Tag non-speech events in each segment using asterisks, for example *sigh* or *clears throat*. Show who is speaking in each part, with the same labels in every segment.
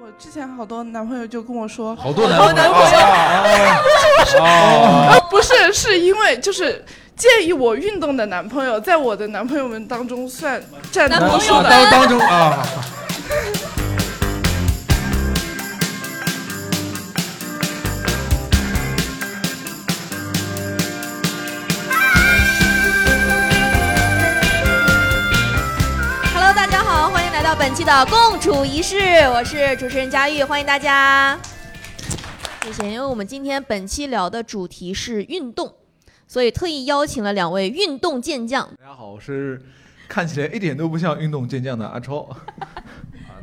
Speaker 1: 我之前好多男朋友就跟我说，
Speaker 2: 好多男
Speaker 1: 好
Speaker 2: 朋友啊
Speaker 1: 不是、
Speaker 2: 啊
Speaker 1: 不是，是因为就是建议我运动的男朋友，在我的男朋友们当中算占
Speaker 2: 男
Speaker 1: 多
Speaker 2: 朋
Speaker 1: 数
Speaker 2: 友
Speaker 1: 的。
Speaker 2: 当当中啊，
Speaker 3: Hello，大家好，欢迎来到本期的共处一室，我是主持人佳玉，欢迎大家。谢谢，因为我们今天本期聊的主题是运动，所以特意邀请了两位运动健将。
Speaker 2: 大家好，我是看起来一点都不像运动健将的阿超。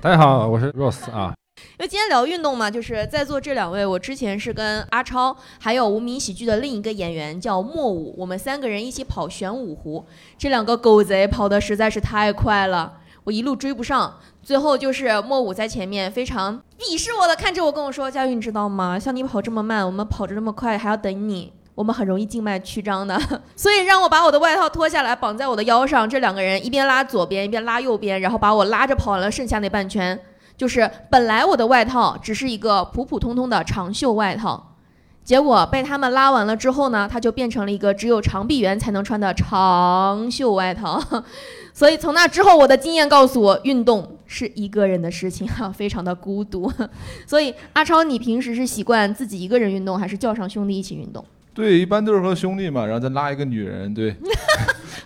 Speaker 4: 大家哎好，我是 Rose 啊。
Speaker 3: 因为今天聊运动嘛，就是在座这两位，我之前是跟阿超还有无名喜剧的另一个演员叫莫武，我们三个人一起跑玄武湖，这两个狗贼跑得实在是太快了，我一路追不上，最后就是莫武在前面非常鄙视我的看着我跟我说：“佳玉，你知道吗？像你跑这么慢，我们跑着这么快还要等你。”我们很容易静脉曲张的， *laughs* 所以让我把我的外套脱下来绑在我的腰上。这两个人一边拉左边，一边拉右边，然后把我拉着跑完了剩下那半圈。就是本来我的外套只是一个普普通通的长袖外套，结果被他们拉完了之后呢，它就变成了一个只有长臂猿才能穿的长袖外套。 *laughs* 所以从那之后，我的经验告诉我，运动是一个人的事情哈、 *laughs* 非常的孤独。 *laughs* 所以阿超，你平时是习惯自己一个人运动，还是叫上兄弟一起运
Speaker 2: *laughs*
Speaker 3: 动？
Speaker 2: *laughs* 对，一般都是和兄弟嘛，然后再拉一个女人，
Speaker 3: *laughs*
Speaker 2: 对，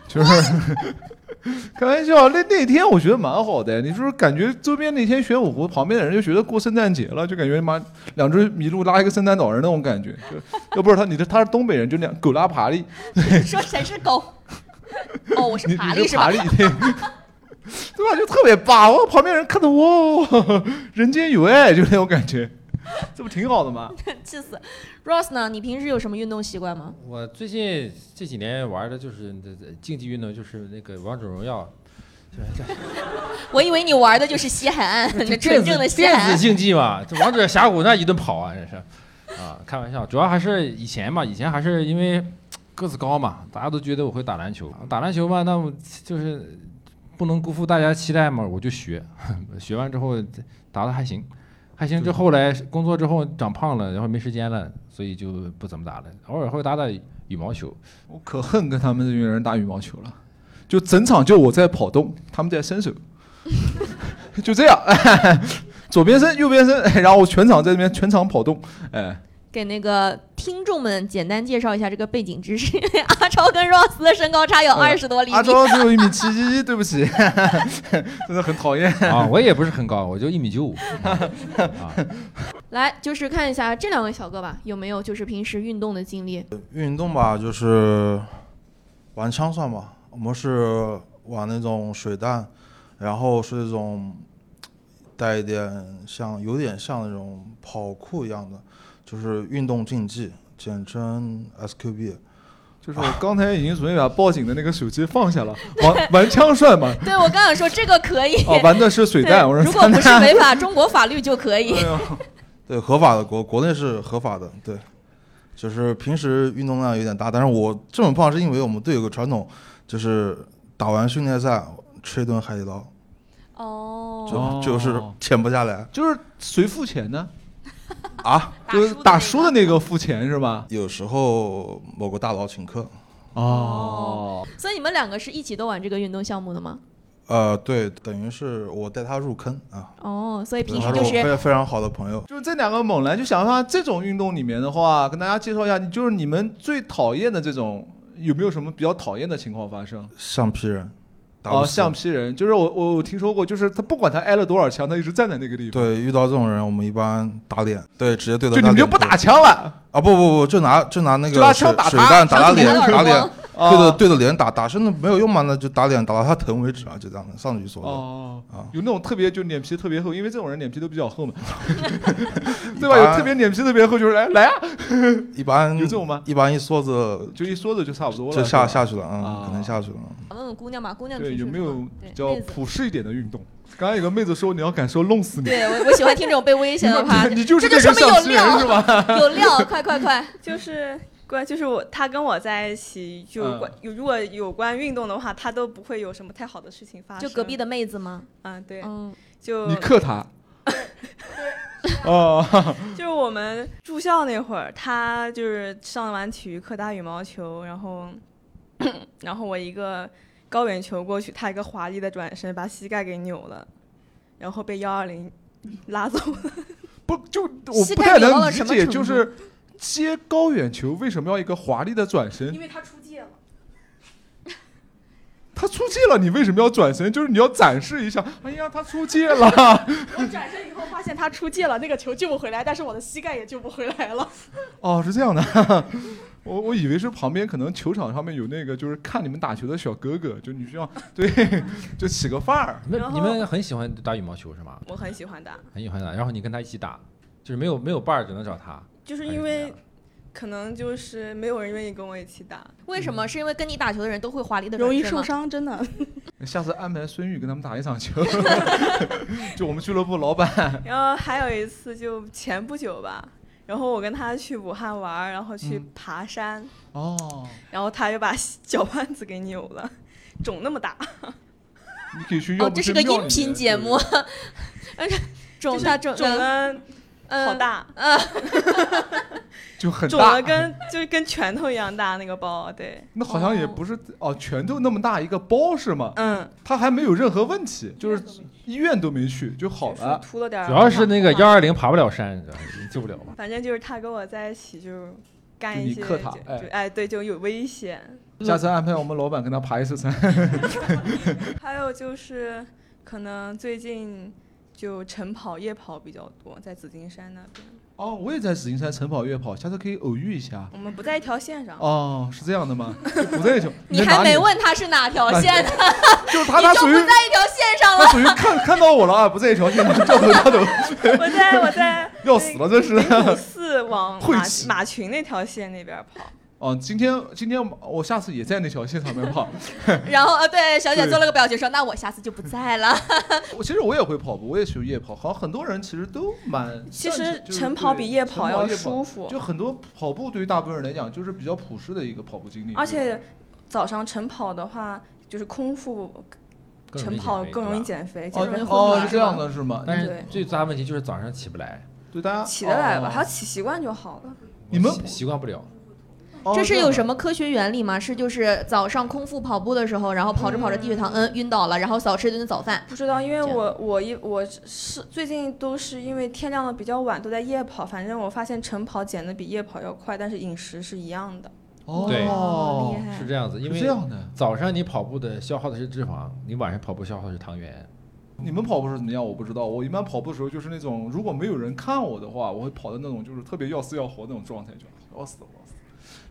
Speaker 2: 就是开玩笑。那那天我觉得蛮好的，你就是感觉周边那天玄武湖旁边的人就觉得过圣诞节了，就感觉妈两只麋鹿拉一个圣诞老人那种感觉，
Speaker 3: *laughs*
Speaker 2: 就要不是他，你这他是东北人，就两狗拉爬犁，
Speaker 3: 说谁是狗？哦，我是
Speaker 2: 你
Speaker 3: 爬
Speaker 2: 你
Speaker 3: 犁
Speaker 2: 是
Speaker 3: 吧
Speaker 2: 爬？犁，对对吧？就特别霸，我旁边人看的哇，人间有爱，就那种感觉，这不挺好的吗？
Speaker 3: *laughs* 气死！Rose 呢？你平时有什么运动习惯吗？
Speaker 4: 我最近这几年玩的就是呃竞技运动，就是那个王者
Speaker 3: *laughs*
Speaker 4: 荣耀，
Speaker 3: 我以为你玩的就是西海
Speaker 2: *laughs*
Speaker 3: 岸，那纯
Speaker 4: 电
Speaker 3: 正的
Speaker 4: 子
Speaker 3: 西
Speaker 4: 电
Speaker 3: 海
Speaker 4: 子
Speaker 3: 岸。
Speaker 4: 竞技嘛，这王者峡谷那一顿跑啊，这是啊，开玩笑，主要还是以前嘛，以前还是因为个子高嘛，大家都觉得我会打篮球，打篮球嘛，那我就是不能辜负大家期待嘛，我就学， *laughs* 学完之后打的还行。还行，这后来工作之后长胖了，然后没时间了，所以就不怎么打了。偶尔会打打羽毛球，
Speaker 2: 我可恨跟他们这群人打羽毛球了，就整场就我在跑动，他们在伸手， *laughs* 就这样， *laughs* 左边伸右边伸，哎然后我全场在那边全场跑动，哎，
Speaker 3: 给那个听众们简单介绍一下这个背景知识。 *laughs* 阿超跟 Rose 的身高差有二十多厘
Speaker 2: 嗯阿
Speaker 3: 米，
Speaker 2: 超只有一米七
Speaker 5: *laughs*
Speaker 2: 一，对不起， *laughs* 真的很讨厌。
Speaker 4: 啊，我也不是很高，我就一米九
Speaker 2: *laughs*
Speaker 4: 五。啊，
Speaker 3: *laughs* 来就是看一下这两位小哥吧，有没有就是平时运动的经历？
Speaker 6: 运动吧，就是玩枪算吧，我们是玩那种水弹，然后是那种带一点像有点像那种跑酷一样的，就是运动竞技，简称 SQB。
Speaker 2: 就是我刚才已经准备把报警的那个手机
Speaker 6: *laughs*
Speaker 2: 放下了，玩玩枪算吗？
Speaker 3: 对我刚想说这个可以，
Speaker 2: 哦，玩的是水
Speaker 3: 对
Speaker 2: 弹，我说
Speaker 3: 如果不是
Speaker 2: 咱俩
Speaker 3: 违法中国法律就可以
Speaker 2: *laughs* 哎。呦
Speaker 6: 对，合法的国国内是合法的，对，就是平时运动量有点大，但是我这么胖是因为我们队有个传统，就是打完训练赛吃一顿海底捞，就、
Speaker 3: 哦，
Speaker 6: 就是
Speaker 2: 哦
Speaker 6: 减不下来
Speaker 2: 就是谁付钱呢？
Speaker 3: *laughs*
Speaker 6: 啊。
Speaker 2: 就是打输的那个付钱是吧？
Speaker 6: 有时候某个大佬请客，
Speaker 2: 哦，
Speaker 3: *laughs* 所以你们两个是一起都玩这个运动项目的吗？
Speaker 6: 呃，对，等于是我带他入坑啊，
Speaker 3: 哦，所以平
Speaker 6: 对
Speaker 3: 时
Speaker 6: 他是
Speaker 3: 就是
Speaker 6: 我非非常好的朋友。
Speaker 2: 就是这两个猛男，就想让这种运动里面的话，跟大家介绍一下，就是你们最讨厌的这种有没有什么比较讨厌的情况发生？
Speaker 6: 橡皮人，打不
Speaker 2: 哦，
Speaker 6: 死
Speaker 2: 橡皮人，就是我我我听说过，就是他不管他挨了多少枪，他一直站在那个地方。
Speaker 6: 对，遇到这种人，我们一般打脸，对，直接对他
Speaker 2: 就你们就
Speaker 6: 脸
Speaker 2: 不
Speaker 6: 对
Speaker 2: 打枪了
Speaker 6: 啊？不不不，就拿就拿那
Speaker 2: 就拿
Speaker 6: 个水
Speaker 2: 枪打
Speaker 6: 水
Speaker 2: 他
Speaker 6: 弹打他
Speaker 3: 拿
Speaker 6: 脸，
Speaker 3: 耳
Speaker 6: 打脸
Speaker 3: 光，
Speaker 2: 啊？
Speaker 6: 对着对着脸打，打身子没有用嘛，那就打脸，打到他疼为止啊，就这样的，上去就说的。
Speaker 2: 哦
Speaker 6: 啊，
Speaker 2: 有那种特别就脸皮特别厚，因为这种人脸皮都比较厚
Speaker 3: *laughs*
Speaker 2: 嘛，对
Speaker 6: 一
Speaker 2: 吧？
Speaker 6: 般
Speaker 2: 有特别脸皮特别厚，就是来
Speaker 3: *laughs*
Speaker 2: 来啊，
Speaker 6: 一般
Speaker 2: 有这种吗
Speaker 6: 一般一梭子
Speaker 2: 就一说的就差不多了，
Speaker 6: 就下
Speaker 2: 是吧
Speaker 6: 下去了，
Speaker 2: 啊
Speaker 6: 嗯，可能下去了。
Speaker 3: 问嗯问姑娘吧，姑娘
Speaker 2: 对，
Speaker 3: 平时
Speaker 2: 有没有
Speaker 3: 是吗
Speaker 2: 比
Speaker 3: 对
Speaker 2: 较
Speaker 3: 妹子
Speaker 2: 普适一点的运动？刚刚有个妹子说你要敢说弄死你，
Speaker 3: 对我，我喜欢听这种被威胁的话，
Speaker 2: 你就是
Speaker 3: 这
Speaker 2: 那
Speaker 3: 就
Speaker 2: 个
Speaker 3: 说明
Speaker 2: 橡
Speaker 3: 有
Speaker 2: 皮人是
Speaker 3: 料，
Speaker 2: 吧？
Speaker 3: *laughs*
Speaker 5: *laughs*
Speaker 3: 有料，快快快！
Speaker 5: 就是关，就是我他跟我在一起，就
Speaker 2: 嗯
Speaker 5: 关、有如果有关运动的话，他都不会有什么太好的事情发生。
Speaker 3: 就隔壁
Speaker 5: 的，
Speaker 3: 的妹子吗？
Speaker 5: 嗯，对，
Speaker 3: *laughs* 嗯，
Speaker 5: 就
Speaker 2: 你克他，哦，
Speaker 5: 就是我们住校那会儿，他就是上完体育课打羽毛球，然后， *clears throat* 然后我一个高远球过去，他一个华丽的转身把膝盖给扭了，然后被幺二零拉走了。
Speaker 2: 不就我
Speaker 3: 膝
Speaker 2: 不
Speaker 3: 盖
Speaker 2: 太
Speaker 3: 扭到
Speaker 2: 能
Speaker 3: 了
Speaker 2: 理
Speaker 3: 什么
Speaker 2: 解，
Speaker 3: 程
Speaker 2: 就
Speaker 3: 度
Speaker 2: 是接高远球为什么要一个华丽的转身？
Speaker 5: 为他出界了。
Speaker 2: 他出界了，你为什么要转身？就是你要展示一下，哎呀，他出界
Speaker 5: *laughs*
Speaker 2: 了。
Speaker 1: 我转身以后发现他出界了，那个球救不回来，但是我的膝盖也救不回来了。
Speaker 2: 哦，是这样的， *laughs* 我我以为是旁边可能球场上面有那个就是看你们打球的小哥哥，就你需要对，就起个范儿。
Speaker 4: 你们
Speaker 5: 然后
Speaker 4: 你们很喜欢打羽毛球是吗？
Speaker 5: 我很喜欢打，
Speaker 4: 很喜欢打，然后你跟他一起打，就是没有没有伴儿，只能找他。
Speaker 5: 就是
Speaker 4: 还是
Speaker 5: 因
Speaker 4: 怎么
Speaker 5: 为
Speaker 4: 样
Speaker 5: 可能就是没有人愿意跟我一起打。
Speaker 3: 为什么？是因为跟你打球的人都会华丽的
Speaker 1: 容易受。伤，真的。
Speaker 2: 下次安排孙玉跟他们打一场球， *laughs* 就我们俱乐部老板
Speaker 5: 然后还有一次就前不久吧，然后我跟他去武汉玩儿，然后去
Speaker 2: 嗯
Speaker 5: 爬山，
Speaker 2: 哦，
Speaker 5: 然后他就把膝脚腕子给扭了，肿那么大， *laughs*
Speaker 2: 你可以去要
Speaker 3: 哦，
Speaker 2: 不
Speaker 3: 这
Speaker 2: 是
Speaker 3: 是个
Speaker 2: 庙
Speaker 3: 音
Speaker 2: 里
Speaker 3: 频
Speaker 2: 面
Speaker 3: 节目，， *laughs*
Speaker 5: 肿
Speaker 3: 大肿
Speaker 5: 肿的
Speaker 3: 嗯，
Speaker 5: 好大，
Speaker 2: 就很
Speaker 5: 肿的
Speaker 2: 大。
Speaker 5: 跟就是跟拳头一样大那个包，对，
Speaker 2: 那好像也不是哦，拳头那么大一个包是吗？
Speaker 5: 嗯，
Speaker 2: 他还没有任何问题，就是医院都没去就好
Speaker 5: 就是
Speaker 2: 了。
Speaker 5: 秃了点儿。
Speaker 4: 主要是那
Speaker 5: 嗯
Speaker 4: 个幺，二零爬不了山，你知道吗？救不了嘛。
Speaker 5: 反正就是他跟我在一起就是干一些，
Speaker 2: 就你克他
Speaker 5: 就
Speaker 2: 哎
Speaker 5: 就哎对，就有危险。
Speaker 2: 下次安排我们老板跟他爬一次山。 *laughs*
Speaker 5: 还有就是可能最近就晨跑、夜跑比较多，在紫金山那边，
Speaker 2: 哦，我也在紫金山晨跑夜跑，下次可以偶遇一下。
Speaker 5: 我们不在一条线上。
Speaker 2: 哦，是这样的吗？ *laughs* 就不
Speaker 5: *laughs*
Speaker 2: 在球，
Speaker 3: 你
Speaker 2: 在哪
Speaker 3: 还
Speaker 2: 里
Speaker 3: 没，问他是哪条线的，
Speaker 2: *laughs* 就是他
Speaker 3: 你
Speaker 2: 他
Speaker 3: 就
Speaker 2: 属
Speaker 3: 不
Speaker 2: 于
Speaker 3: 在一条线上
Speaker 5: 啊
Speaker 2: 他
Speaker 3: 了。*laughs*
Speaker 2: 属于看看到我了啊，不在一条线上，掉头掉头，
Speaker 5: 我在我
Speaker 2: *laughs*
Speaker 5: 在
Speaker 2: 要死了，
Speaker 5: *laughs*
Speaker 2: 真是。
Speaker 5: 五四往
Speaker 2: 晦
Speaker 5: 马
Speaker 2: 气
Speaker 5: 马群那条线那边跑。
Speaker 2: *laughs* 哦，今天今天我下次也在那条线上面跑。 *laughs*
Speaker 3: 然后，呃，对，小姐
Speaker 2: 对
Speaker 3: 做了个表情说：“那我下次就不在了。
Speaker 2: 我其实我也会跑步，我也喜欢夜跑，好像很多人其实都蛮。
Speaker 5: 其实
Speaker 2: 就是
Speaker 5: 晨跑
Speaker 2: 对
Speaker 5: 比夜跑
Speaker 2: 晨跑
Speaker 5: 要
Speaker 2: 夜跑
Speaker 5: 舒服，
Speaker 2: 就很多跑步对于大部分人来讲，就是比较普适的一个跑步经历。
Speaker 5: 而且早上晨跑的话，就是空腹
Speaker 4: 更容
Speaker 5: 晨
Speaker 4: 易
Speaker 5: 跑
Speaker 4: 减肥
Speaker 5: 更容易。减肥，
Speaker 4: 对吧
Speaker 2: 哦
Speaker 5: 减肥
Speaker 2: 哦
Speaker 5: 会
Speaker 2: 是
Speaker 5: 慢
Speaker 2: 这样的是吗？
Speaker 4: 但是
Speaker 5: 对
Speaker 4: 最大问题就是早上起不来，
Speaker 2: 对大家
Speaker 5: 起得来吧，
Speaker 2: 哦
Speaker 5: 还要起习惯就好了。
Speaker 2: 你们
Speaker 4: 我习习惯不了。
Speaker 2: 哦
Speaker 3: 这是
Speaker 2: 样
Speaker 3: 有
Speaker 2: 的
Speaker 3: 什么科学原理吗？是就是早上空腹跑步的时候，然后跑着跑着低血糖，嗯，晕倒了，然后少吃顿早饭。
Speaker 5: 不知道，因为
Speaker 3: 这样
Speaker 5: 我我一我是最近都是因为天亮的比较晚，都在夜跑。反正我发现晨跑减的比夜跑要快，但是饮食是一样的。
Speaker 2: 哦，
Speaker 4: 对
Speaker 5: 哦，厉
Speaker 4: 是
Speaker 5: 害！
Speaker 4: 这样子，因
Speaker 2: 是这
Speaker 4: 为
Speaker 2: 样的。
Speaker 4: 早上你跑步的消耗的是脂肪，你晚上跑步消耗的是糖原。
Speaker 2: 你们跑步是怎么样？我不知道。我一般跑步的时候就是那种，如果没有人看我的话，我会跑的那种，就是特别要死要活那种状态，就要死要死。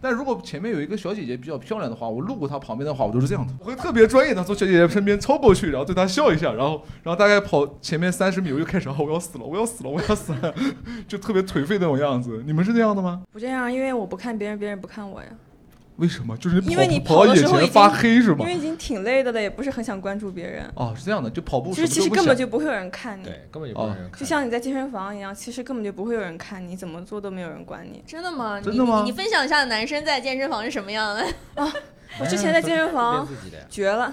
Speaker 2: 但如果前面有一个小姐姐比较漂亮的话，我路过她旁边的话，我都是这样的，我会特别专业的从小姐姐身边凑过去，然后对她笑一下，然后然后大概跑前面三十米，我就开始啊，我要死了，我要死了，我要死了，就特别颓废那种样子。你们是这样的吗？
Speaker 5: 不这样，因为我不看别人，别人不看我呀。
Speaker 2: 为什么？就是
Speaker 5: 因为
Speaker 2: 你
Speaker 5: 你
Speaker 2: 跑跑
Speaker 5: 跑
Speaker 2: 到
Speaker 5: 的
Speaker 2: 眼
Speaker 5: 时候
Speaker 2: 前
Speaker 5: 已经
Speaker 2: 发黑是吗
Speaker 5: 因？为已经挺累的了，也不是很想关注别人。
Speaker 2: 哦，是这样的，就跑步
Speaker 5: 其实
Speaker 2: 什么
Speaker 5: 其
Speaker 2: 都
Speaker 5: 实
Speaker 2: 不
Speaker 5: 根本
Speaker 2: 想
Speaker 5: 就不会有人看你，
Speaker 4: 对，根本就不
Speaker 2: 哦
Speaker 4: 会有人看。
Speaker 5: 就像你在健身房一样，其实根本就不会有人看你，怎么做都没有人管你。
Speaker 3: 真的吗？
Speaker 2: 真的吗
Speaker 3: 你你你分享一下男生在健身房是什么样的？
Speaker 5: 啊我之前在健身
Speaker 4: 嗯练
Speaker 5: 房
Speaker 4: 自己的呀。
Speaker 5: 绝了，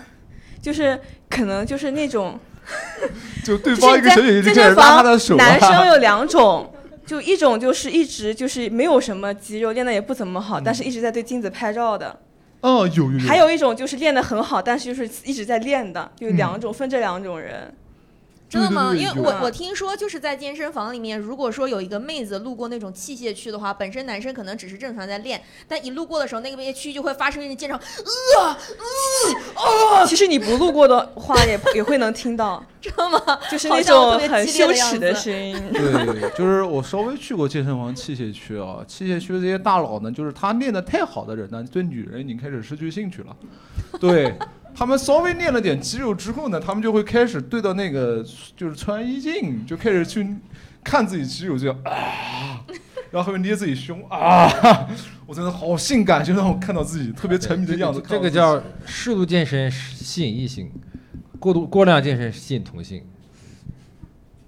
Speaker 5: 就是可能就是那种，
Speaker 2: *laughs* 就对
Speaker 5: 就是
Speaker 2: 方
Speaker 5: 你
Speaker 2: 一个
Speaker 5: 在
Speaker 2: 小姐姐就
Speaker 5: 健
Speaker 2: 开
Speaker 5: 身
Speaker 2: 始拉她
Speaker 5: 房
Speaker 2: 的手、啊，
Speaker 5: 男生有两种，就一种就是一直就是没有什么肌肉，练的也不怎么好，但是一直在对镜子拍照的；
Speaker 2: 嗯，有有有，
Speaker 5: 还有一种就是练的很好，但是就是一直在练的，有两种分这两种人。
Speaker 3: *laughs* 真的吗？
Speaker 2: 嗯
Speaker 5: 嗯
Speaker 2: 对对对
Speaker 3: 因为
Speaker 2: 有
Speaker 3: 我我听说，就是在健身房里面，如果说有一个妹子路过那种器械区的话，本身男生可能只是正常在练，但一路过的时候，那个区就会发生一现场，呃
Speaker 5: 哦其实你不路过的话也，也会能听
Speaker 3: *laughs*
Speaker 5: 到，
Speaker 3: 知道吗？
Speaker 5: 就是
Speaker 3: 好
Speaker 5: 那
Speaker 3: 像特
Speaker 5: 种
Speaker 3: 别
Speaker 5: 很
Speaker 3: 激烈
Speaker 5: 羞
Speaker 3: 的样
Speaker 5: 耻的
Speaker 3: 子
Speaker 5: 声音。
Speaker 2: 对，就是我稍微去过健身房器械区啊，器械区这些大佬呢，就是他练得太好的人呢，对女人已经开始失去兴趣了。对他们稍微练了点肌肉之后呢，他们就会开始对到那个就是穿衣镜，就开始去看自己肌肉，就要啊，然后后面捏自己胸啊， *laughs* 我真的好性感，就让我看到自己特别沉迷的样子。
Speaker 4: 这
Speaker 2: 看到
Speaker 4: 个
Speaker 2: 自己
Speaker 4: 叫适度健身吸引异性，过度过量健身吸引同性，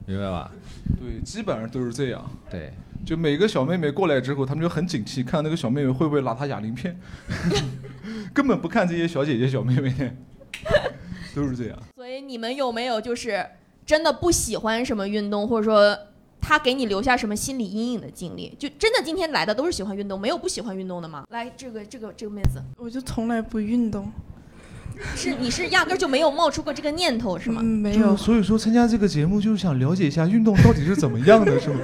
Speaker 4: 明白吧？
Speaker 2: 对，基本上都是这样。
Speaker 4: 对，
Speaker 2: 就每个小妹妹过来之后，他们就很警惕，看那个小妹妹会不会拿她哑铃片， *laughs* 根本不 *laughs* 看这些小姐姐小妹妹，都是这样。
Speaker 3: 所以你们有没有就是？真的不喜欢什么运动，或者说他给你留下什么心理阴影的经历？就真的今天来的都是喜欢运动，没有不喜欢运动的吗？来，这个这个这个妹子，
Speaker 1: 我就从来不运动，
Speaker 3: 是你是压根儿就没有冒出过这个念头是吗
Speaker 1: 嗯，？没
Speaker 2: 就
Speaker 1: 有
Speaker 2: 是，所以说参加这个节目就是想了解一下运动到底是怎么样的，是
Speaker 3: *laughs*
Speaker 2: 吗？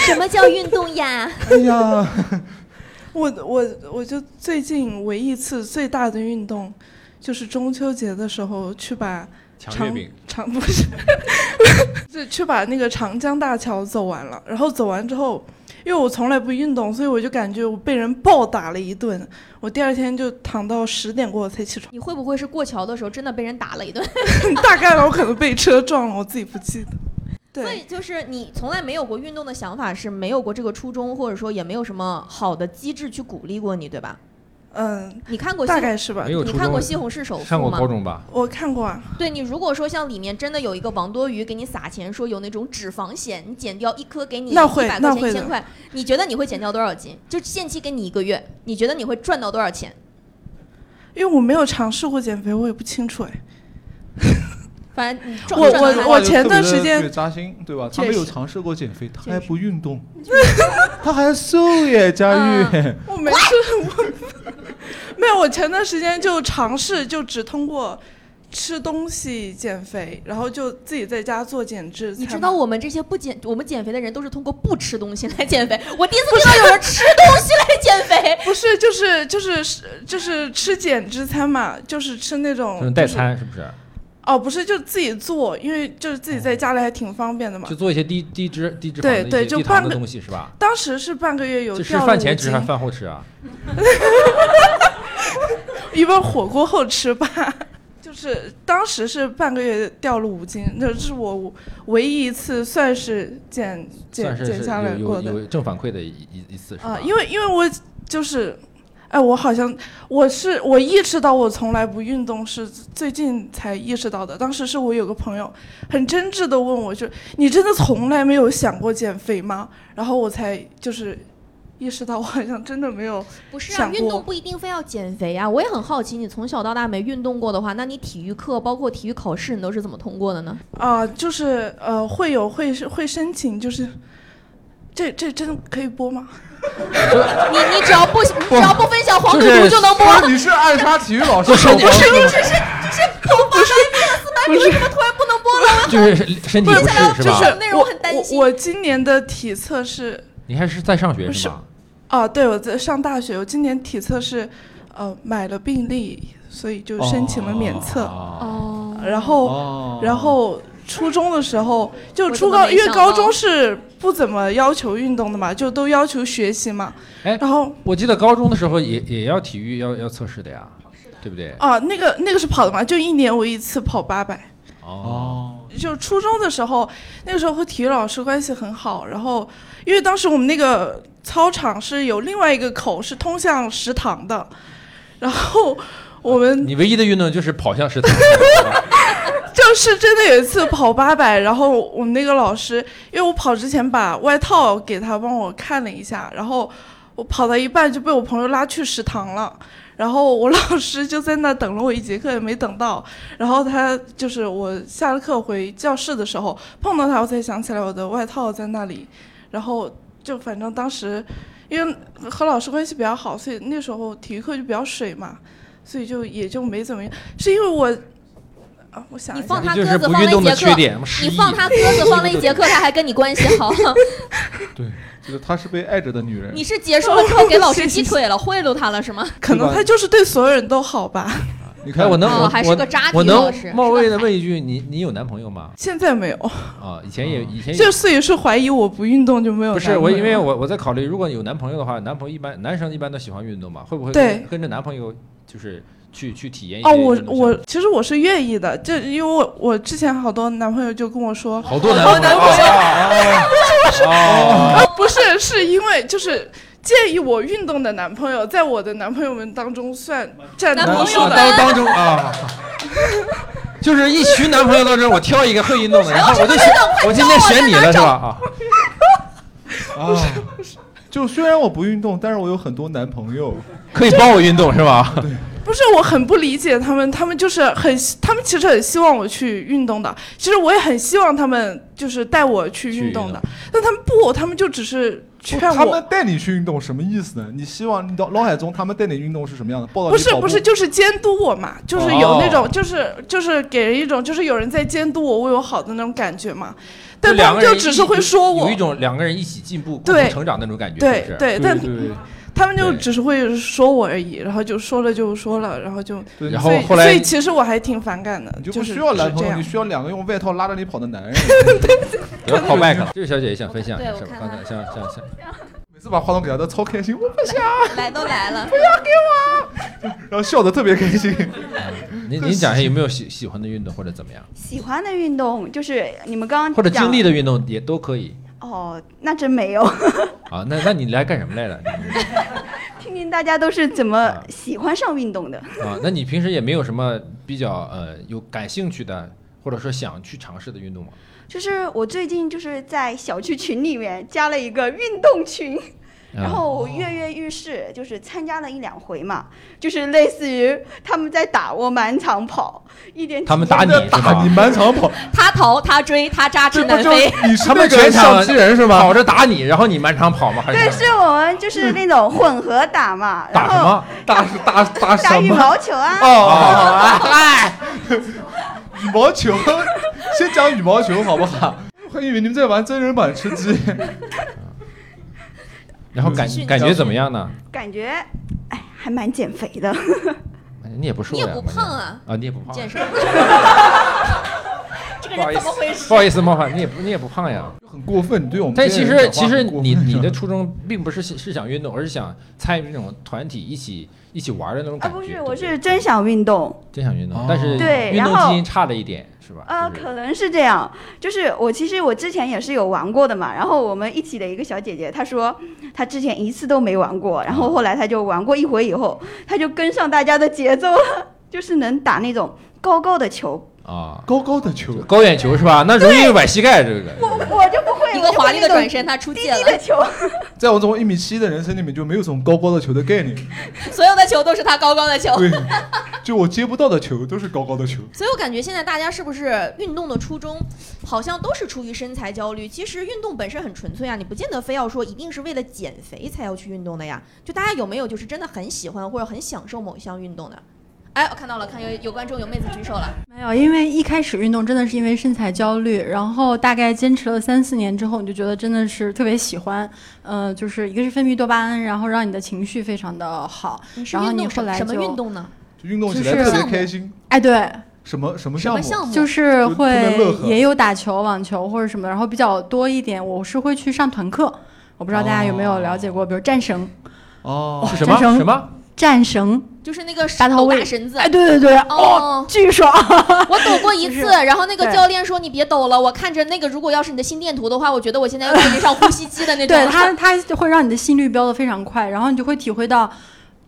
Speaker 3: 什么叫运动呀？
Speaker 2: 哎呀，
Speaker 1: *laughs* 我我我就最近唯一一次最大的运动，就是中秋节的时候去把
Speaker 4: 抢月饼，
Speaker 1: 长不是， *laughs* 是去把那个长江大桥走完了，然后走完之后，因为我从来不运动，所以我就感觉我被人暴打了一顿，我第二天就躺到十点过才起床，
Speaker 3: 你会不会是过桥的时候真的被人打了一顿？
Speaker 1: *laughs* 大概吧，我可能被车撞了，我自己不记得。
Speaker 3: 所
Speaker 1: 对，
Speaker 3: 以就是你从来没有过运动的想法，是没有过这个初衷，或者说也没有什么好的机制去鼓励过你，对吧？
Speaker 1: 嗯，
Speaker 3: 你看过西
Speaker 1: 大概是吧
Speaker 4: 没。有
Speaker 3: 你
Speaker 4: 初
Speaker 3: 看
Speaker 4: 中
Speaker 3: 过，西红柿首
Speaker 4: 上
Speaker 3: 富
Speaker 4: 过
Speaker 3: 吗
Speaker 4: 高？中吧？
Speaker 1: 我看过啊，
Speaker 3: 对你，如果说像里面真的有一个王多鱼给你撒钱，说有那种脂肪险，你减掉一颗给你一
Speaker 1: 那会
Speaker 3: 百
Speaker 1: 那
Speaker 3: 块钱、
Speaker 1: 会
Speaker 3: 一
Speaker 1: 的
Speaker 3: 千块，你觉得你会减掉多少斤？就限期给你一个月，你觉得你会赚到多少钱？
Speaker 1: 因为我没有尝试过减肥，我也不清楚哎。
Speaker 3: 反正你赚
Speaker 1: 我
Speaker 3: 赚到
Speaker 1: 我
Speaker 3: 了
Speaker 1: 我前段时间
Speaker 2: 对扎心，对吧？
Speaker 3: 确
Speaker 2: 他没
Speaker 3: 实
Speaker 2: 有尝试过减肥，他
Speaker 3: 确
Speaker 2: 还
Speaker 3: 实
Speaker 2: 不
Speaker 3: *laughs*
Speaker 2: 运动，他还瘦耶，佳
Speaker 3: 嗯
Speaker 2: 玉。
Speaker 1: 我没事，我没有。我前段时间就尝试，就只通过吃东西减肥，然后就自己在家做减脂。
Speaker 3: 你知
Speaker 1: 才能
Speaker 3: 道我们这些不减我们减肥的人都是通过不吃东西来减肥。我第一次听到有人吃东西来减肥，
Speaker 1: 不是，就是就是就是吃减脂餐嘛，就是吃那种
Speaker 4: 嗯就是代
Speaker 1: 是
Speaker 4: 餐是不是？
Speaker 1: 哦，不是，就自己做，因为就是自己在家里还挺方便的嘛
Speaker 4: 就。做一些低低脂低脂肪
Speaker 1: 对
Speaker 4: 的一
Speaker 1: 对
Speaker 4: 些
Speaker 1: 就
Speaker 4: 低糖
Speaker 1: 半
Speaker 4: 的
Speaker 1: 个
Speaker 4: 东西是吧？
Speaker 1: 当时是半个月有
Speaker 4: 这是
Speaker 1: 掉了
Speaker 4: 饭
Speaker 1: 五
Speaker 4: 前吃还
Speaker 1: 斤
Speaker 4: 是，饭后吃啊？
Speaker 1: 一般火锅后吃吧。就是当时是半个月掉了五斤，那是我唯一一次算是减
Speaker 4: 算
Speaker 1: 减
Speaker 4: 是
Speaker 1: 减
Speaker 4: 是
Speaker 1: 下来
Speaker 4: 有
Speaker 1: 过
Speaker 4: 有
Speaker 1: 的。
Speaker 4: 有正反馈的一一一次是吧
Speaker 1: 啊，？因为因为我就是，哎，我好像我是我意识到我从来不运动是最近才意识到的。当时是我有个朋友很真挚的问我就，你真的从来没有想过减肥吗？然后我才就是意识到我好像真的没有。
Speaker 3: 不是啊，
Speaker 1: 想过
Speaker 3: 运动不一定非要减肥啊。我也很好奇，你从小到大没运动过的话，那你体育课包括体育考试，你都是怎么通过的呢？
Speaker 1: 啊、就是呃，会有会会申请，就是这这真的可以播吗？
Speaker 3: *laughs* 你你只要不你只要不分享黄赌
Speaker 4: 就
Speaker 3: 毒
Speaker 4: 是
Speaker 3: 就能播。
Speaker 2: 你是暗杀体育老师
Speaker 4: 是
Speaker 2: 吗？
Speaker 4: 不是
Speaker 3: 那你为什么突然不能播了？
Speaker 4: 就是身体不适是
Speaker 1: 就是
Speaker 4: 吧？
Speaker 3: 内容
Speaker 1: 我
Speaker 3: 很担心
Speaker 1: 我我今年的体测是
Speaker 4: 你还是在上学
Speaker 1: 不
Speaker 4: 是吗？
Speaker 1: 哦，对，我在上大学，我今年体测是，呃，买了病历，所以就申请了免测。
Speaker 4: 哦，
Speaker 3: 哦，
Speaker 1: 然后，
Speaker 2: 哦
Speaker 1: 然后初中的时候，就
Speaker 3: 我怎
Speaker 1: 初
Speaker 3: 么
Speaker 1: 高，
Speaker 3: 没
Speaker 1: 因为
Speaker 3: 想
Speaker 1: 高
Speaker 3: 到
Speaker 1: 中是不怎么要求运动的嘛，就都要求学习嘛。
Speaker 4: 哎
Speaker 1: 然后
Speaker 4: 我记得高中的时候也也要体育要要测试的呀，对不对？
Speaker 1: 啊，那个那个是跑的嘛，就一年我一次跑八百。
Speaker 4: 哦，
Speaker 2: 哦，
Speaker 1: 就初中的时候，那个时候和体育老师关系很好，然后因为当时我们那个操场是有另外一个口是通向食堂的，然后我们
Speaker 4: 你唯一的运动就是跑向食堂，
Speaker 1: 就是真的有一次跑八百，然后我们那个老师，因为我跑之前把外套给他帮我看了一下，然后我跑到一半就被我朋友拉去食堂了，然后我老师就在那等了我一节课也没等到，然后他就是我下了课回教室的时候碰到他，我才想起来我的外套在那里，然后就反正当时因为和老师关系比较好，所以那时候体育课就比较水嘛。所以就也就没怎么样，是因为我，啊，我想一
Speaker 3: 你
Speaker 1: 下
Speaker 3: 放他
Speaker 4: 这
Speaker 3: 鸽
Speaker 4: 就是
Speaker 3: 子
Speaker 4: 不
Speaker 3: 放
Speaker 4: 运
Speaker 3: 了
Speaker 4: 动
Speaker 3: 一
Speaker 4: 的
Speaker 3: 节
Speaker 4: 缺
Speaker 3: 课，
Speaker 4: 点。失
Speaker 3: 你
Speaker 4: 忆
Speaker 3: 放他鸽子放了一节课，他还跟你关系
Speaker 1: *laughs*
Speaker 3: 好，
Speaker 2: 对，就是她是被爱着的女人
Speaker 3: 你。是结束了之后给老师击腿了，贿赂他了是吗？
Speaker 1: *laughs* 可能
Speaker 2: 对吧
Speaker 1: 他就是对所有人都好吧。 *laughs*
Speaker 2: 你
Speaker 4: 哎，
Speaker 2: 看
Speaker 4: 我能
Speaker 3: 哦
Speaker 4: 我
Speaker 3: 还是
Speaker 4: 我
Speaker 3: 个渣
Speaker 4: 我
Speaker 3: 女老
Speaker 4: 能
Speaker 3: 师
Speaker 4: 冒
Speaker 3: 是吧
Speaker 4: 昧的问一句，你你有男朋友吗？
Speaker 1: 现在没有，
Speaker 4: 啊，以前也以前也
Speaker 1: 就所以是怀疑我不运动就没有
Speaker 4: 不
Speaker 1: 男
Speaker 4: 是
Speaker 1: 朋友。
Speaker 4: 我，因为我我在考虑，如果有男朋友的话，男朋友一般男生一般都喜欢运动嘛，会不会
Speaker 1: 对
Speaker 4: 跟跟着男朋友就是去去体验一些
Speaker 1: 哦，我
Speaker 4: 运动项目
Speaker 1: 我其实我是愿意的，就因为我我之前好多男朋友就跟我说，
Speaker 4: 好多男朋友啊，
Speaker 1: 啊，不是，是因为就是。建议我运动的男朋友，在我的男朋友们当中算占
Speaker 3: 男
Speaker 1: 多
Speaker 3: 朋友
Speaker 1: 数
Speaker 4: 啊
Speaker 1: 的。
Speaker 4: 当当中啊，就是一群男朋友当中，我挑一个会运动的，然后我就选，我今天选你了是吧？啊，
Speaker 2: *laughs* 啊，就虽然我不运动，但是我有很多男朋友。
Speaker 4: 可以帮我运动是吧？
Speaker 1: *laughs* 不是，我很不理解他们，他们就是很，他们其实很希望我去运动的，其实我也很希望他们就是带我去
Speaker 4: 去运
Speaker 1: 运动的
Speaker 4: 动，
Speaker 1: 但他们不，他们就只是劝
Speaker 2: 他们
Speaker 1: 我，
Speaker 2: 带你去运动什么意思呢？你希望你脑脑海中他们带你运动是什么样的？报道
Speaker 1: 不是不是，就是监督我嘛，就是有那种，
Speaker 2: 哦
Speaker 1: 就是就是给人一种就是有人在监督我为我好的那种感觉嘛，但他
Speaker 4: 两个
Speaker 1: 们
Speaker 4: 人
Speaker 1: 就
Speaker 4: 一
Speaker 1: 只是会说我
Speaker 4: 有一，种两个人一起进步、共
Speaker 1: 对
Speaker 4: 同成长那种感觉，
Speaker 1: 对
Speaker 4: 是不是？
Speaker 1: 对，
Speaker 2: 对
Speaker 1: 但
Speaker 2: 对对
Speaker 1: 他们就
Speaker 4: 对
Speaker 1: 只是会说我而已，然后就说了就说了，然后就，
Speaker 2: 对，
Speaker 4: 然
Speaker 2: 你
Speaker 4: 后
Speaker 1: 所以
Speaker 4: 后来
Speaker 1: 所以其实我还挺反感的，
Speaker 2: 你就不
Speaker 1: 是
Speaker 2: 需要男
Speaker 1: 是
Speaker 2: 朋
Speaker 1: 这
Speaker 2: 友，
Speaker 1: 样
Speaker 2: 你需要两个用外套拉着你跑的男人。
Speaker 4: *laughs* 有点 call back 了。这位小姐姐想分享一
Speaker 3: 对
Speaker 4: 下，
Speaker 3: 我
Speaker 4: 是吧
Speaker 3: 看
Speaker 4: 刚
Speaker 3: 她
Speaker 4: 才像像像，
Speaker 2: 每次把话筒给他，他超开心，我不想，
Speaker 1: 啊
Speaker 3: 来都来了，
Speaker 2: 然后笑得特别开
Speaker 1: *laughs*
Speaker 2: 心。
Speaker 4: 您您讲一下有没有喜喜欢的运动或者怎么样，
Speaker 7: *laughs* 喜欢的运动就是你们刚刚
Speaker 4: 或者
Speaker 7: 讲
Speaker 4: 经历的运动也都可以
Speaker 7: 哦，那真没有。 *laughs*
Speaker 4: 啊？那那你来干什么来了？你
Speaker 7: 听听大家都是怎么喜欢上运动的。
Speaker 4: 啊，那你平时也没有什么比较呃有感兴趣的，或者说想去尝试的运动吗？
Speaker 7: 就是我最近就是在小区群里面加了一个运动群，
Speaker 4: 啊
Speaker 7: 然后我跃跃欲试，就是参加了一两回嘛，就是类似于他们在打我满场跑，一点
Speaker 4: 他们打你是
Speaker 2: 打
Speaker 4: 吧
Speaker 2: 你？满
Speaker 4: *laughs*
Speaker 2: 场跑，
Speaker 3: 他逃，他追，他扎
Speaker 2: 这
Speaker 3: 翅
Speaker 2: 不
Speaker 3: 难
Speaker 2: 就
Speaker 3: 飞。
Speaker 2: 你是
Speaker 4: 他
Speaker 2: 那
Speaker 4: 们
Speaker 2: 个
Speaker 4: 全
Speaker 2: 小
Speaker 4: 场
Speaker 2: 机人是吧
Speaker 4: 跑？着打你，然后你满场跑吗？还
Speaker 7: *laughs* 对，
Speaker 4: 是
Speaker 7: 是我们就是那种混合打嘛，然
Speaker 4: 啊嗯打什
Speaker 7: 后
Speaker 4: 么？
Speaker 2: 打打
Speaker 7: 打
Speaker 2: 打什
Speaker 7: 羽
Speaker 2: 么？
Speaker 7: 毛球啊，
Speaker 2: 哦，哎，羽毛球，先讲羽毛球好不好？我还以为你们在玩真人版吃
Speaker 1: *laughs*
Speaker 2: 鸡。
Speaker 4: 然后
Speaker 7: 嗯
Speaker 4: 感
Speaker 3: 继续
Speaker 4: 感觉怎么样呢？
Speaker 7: 感觉哎还蛮减肥
Speaker 4: *laughs*
Speaker 7: 的。
Speaker 4: 哎你也不瘦
Speaker 3: 你也
Speaker 4: 呀，
Speaker 3: 不
Speaker 4: 关键
Speaker 3: 胖啊
Speaker 4: 啊，你也不胖啊。
Speaker 3: 健身，
Speaker 2: *laughs*
Speaker 3: 这个
Speaker 4: 不好
Speaker 3: 人
Speaker 4: 意
Speaker 3: 怎
Speaker 4: 思
Speaker 3: 么回事？
Speaker 4: 不好意思，冒犯你也不你也不胖呀。
Speaker 2: 很过分，你对我们这
Speaker 4: 但
Speaker 2: 些
Speaker 4: 其
Speaker 2: 人讲话
Speaker 4: 实其实
Speaker 2: 很过分
Speaker 4: 你你的初衷并不是是是想运动，而是想参与这种团体一起一起玩的那种
Speaker 7: 啊，
Speaker 4: 感觉。
Speaker 7: 不 *laughs*
Speaker 4: 对
Speaker 7: 是，
Speaker 4: 对
Speaker 7: 我是真想运动，
Speaker 4: 真想运动
Speaker 2: 哦，
Speaker 4: 但是
Speaker 7: 对
Speaker 4: 运
Speaker 7: 然
Speaker 4: 动
Speaker 7: 后
Speaker 4: 基因差了一点，是吧？
Speaker 7: 呃，
Speaker 4: 啊就是
Speaker 7: 可能是这样。就是我其实我之前也是有玩过的嘛，然后我们一起的一个小姐姐，她说她之前一次都没玩过，然
Speaker 4: 啊
Speaker 7: 后后来她就玩过一回以后，她就跟上大家的节奏了，就是能打那种高高的球。
Speaker 4: 啊，
Speaker 2: 高高的球，
Speaker 4: 高远球是吧？那容易崴膝盖，这个
Speaker 7: 我我就不会，
Speaker 3: 一
Speaker 7: 我
Speaker 3: 个
Speaker 7: 就会
Speaker 3: 华丽的
Speaker 7: 那种
Speaker 3: 转身，他出
Speaker 7: 低
Speaker 3: 界
Speaker 7: 低
Speaker 3: 了
Speaker 7: 的。球，
Speaker 2: 在我这种一米七的人生里面就没有这种高高的球的概念。
Speaker 3: 所有的球都是他高高的球。
Speaker 2: 对，就我接不到的球都是高高的球。
Speaker 3: 所以我感觉现在大家是不是运动的初衷，好像都是出于身材焦虑。其实运动本身很纯粹啊，你不见得非要说一定是为了减肥才要去运动的呀。就大家有没有就是真的很喜欢或者很享受某一项运动的？哎，我看到了，看有有观众有妹子举手了，
Speaker 8: 没有，哎因为一开始运动真的是因为身材焦虑，然后大概坚持了三四年之后，你就觉得真的是特别喜欢，呃，就是一个是分泌多巴胺，然后让你的情绪非常的好，
Speaker 3: 你是
Speaker 8: 然后
Speaker 3: 运
Speaker 8: 你
Speaker 3: 动
Speaker 8: 后
Speaker 3: 什
Speaker 8: 来
Speaker 3: 什么
Speaker 8: 就
Speaker 3: 运动呢？
Speaker 2: 就运动起来
Speaker 8: 就是
Speaker 2: 特别开心。
Speaker 8: 哎，对，
Speaker 2: 什么什么
Speaker 3: 什
Speaker 2: 项
Speaker 3: 么
Speaker 2: 目？
Speaker 3: 项目？
Speaker 8: 就是是
Speaker 2: 就特别乐
Speaker 8: 会
Speaker 2: 呵
Speaker 8: 也有打球、网球或者什么的，然后比较多一点，我是会去上团课，我不知道大家有没有了解过，比如战绳、
Speaker 2: 哦，
Speaker 4: 是什么
Speaker 8: 战绳
Speaker 4: 什么？
Speaker 8: 战绳，
Speaker 3: 就是那个
Speaker 8: 打头
Speaker 3: 抖大
Speaker 8: 位
Speaker 3: 绳子。
Speaker 8: 哎，对对对，
Speaker 3: 哦，*laughs*
Speaker 8: 巨爽，
Speaker 3: 我抖过一
Speaker 8: 就
Speaker 3: 次，
Speaker 8: 是
Speaker 3: 然后那个
Speaker 8: 对
Speaker 3: 教练说你别抖了，我看着那个如果要是你的心电图的话，我觉得我现在要给你上呼吸机的那种。
Speaker 8: 对它，它就会让你的心率飙得非常快，然后你就会体会到，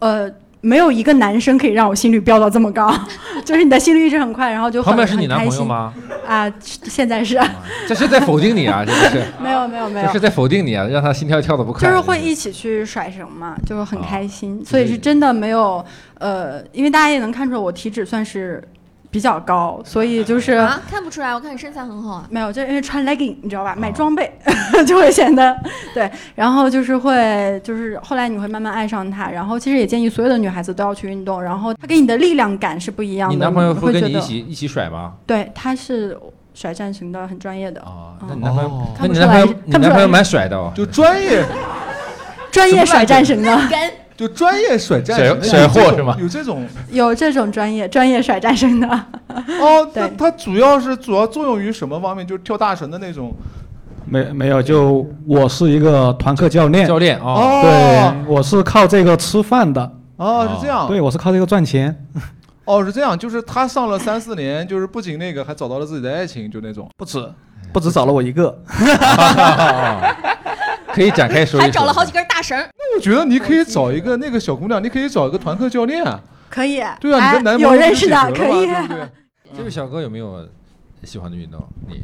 Speaker 8: 呃，没有一个男生可以让我心率飙到这么高， *laughs* 就是你的心率一直很快，然后就很
Speaker 4: 旁边是你男
Speaker 8: 很开
Speaker 4: 朋友
Speaker 8: 心
Speaker 4: 吗？
Speaker 8: 啊，现在是
Speaker 4: 这是在否定你
Speaker 2: *laughs*
Speaker 4: 啊，这个是
Speaker 8: 没有没有没
Speaker 4: 这
Speaker 8: 有
Speaker 4: 是，在否定你啊，让他心跳跳的不快。
Speaker 8: 就是会一起去甩绳嘛，就是很开心，
Speaker 4: 啊
Speaker 8: 所以是真的没有呃，因为大家也能看出来我体脂算是比较高，所以就是。
Speaker 3: *laughs* 啊，看不出来，我看你身材很好啊。
Speaker 8: 没有，就是因为穿 legging，你知道吧？买装备、 *laughs* 就会显得对，然后就是会，就是后来你会慢慢爱上它。然后其实也建议所有的女孩子都要去运动，然后它给你的力量感是不一样的。
Speaker 4: 你男朋友
Speaker 8: 会
Speaker 4: 会跟
Speaker 8: 觉
Speaker 4: 你一
Speaker 8: 得，
Speaker 4: 起一起甩吗？
Speaker 8: 对，他是甩战绳的，很专业的，
Speaker 4: 啊，
Speaker 8: 嗯
Speaker 4: 那你男朋友，
Speaker 2: 哦
Speaker 4: 那
Speaker 8: 看
Speaker 4: 你
Speaker 8: 不出
Speaker 4: 男朋
Speaker 8: 来
Speaker 4: 友
Speaker 8: 是，
Speaker 4: 你
Speaker 8: 看不
Speaker 4: 男
Speaker 8: 出
Speaker 4: 朋友
Speaker 8: 来
Speaker 4: 蛮甩的哦，
Speaker 2: 就专业
Speaker 8: *laughs* 专业甩战啊绳的，
Speaker 3: 干
Speaker 2: *laughs* 就专业甩战
Speaker 4: 甩
Speaker 2: 神
Speaker 4: 甩货是吗
Speaker 2: 有这种
Speaker 8: *laughs* 有这种专业专业甩战绳的，
Speaker 2: 哦，那
Speaker 8: 对
Speaker 2: 它主要是主要作用于什么方面？就是跳大神的那种
Speaker 9: 没没有，就我是一个团课教练，
Speaker 4: 教练啊，
Speaker 2: 哦
Speaker 9: 对，我是靠这个吃饭的，
Speaker 2: 哦，是这样
Speaker 9: 对我是靠这个赚钱。
Speaker 2: 哦，是这样，就是他上了三四年，就是不仅那个还找到了自己的爱情，就那种
Speaker 9: 不止，不止找了我一个，
Speaker 4: 可以展开说一说。
Speaker 3: 还找了好几根大绳儿，
Speaker 2: 我觉得你可以找一个那个小姑娘，你可以找一个团课教练
Speaker 4: *laughs*
Speaker 2: 啊。
Speaker 8: 可以。
Speaker 2: 对啊，你的
Speaker 8: 哎
Speaker 2: 男朋
Speaker 8: 有
Speaker 2: 友
Speaker 8: 认
Speaker 2: 不是
Speaker 8: 识
Speaker 2: 解决
Speaker 8: 的，可
Speaker 2: 了吗
Speaker 8: 以。
Speaker 2: 对不对？
Speaker 4: 这位小哥有没有喜欢的运动？你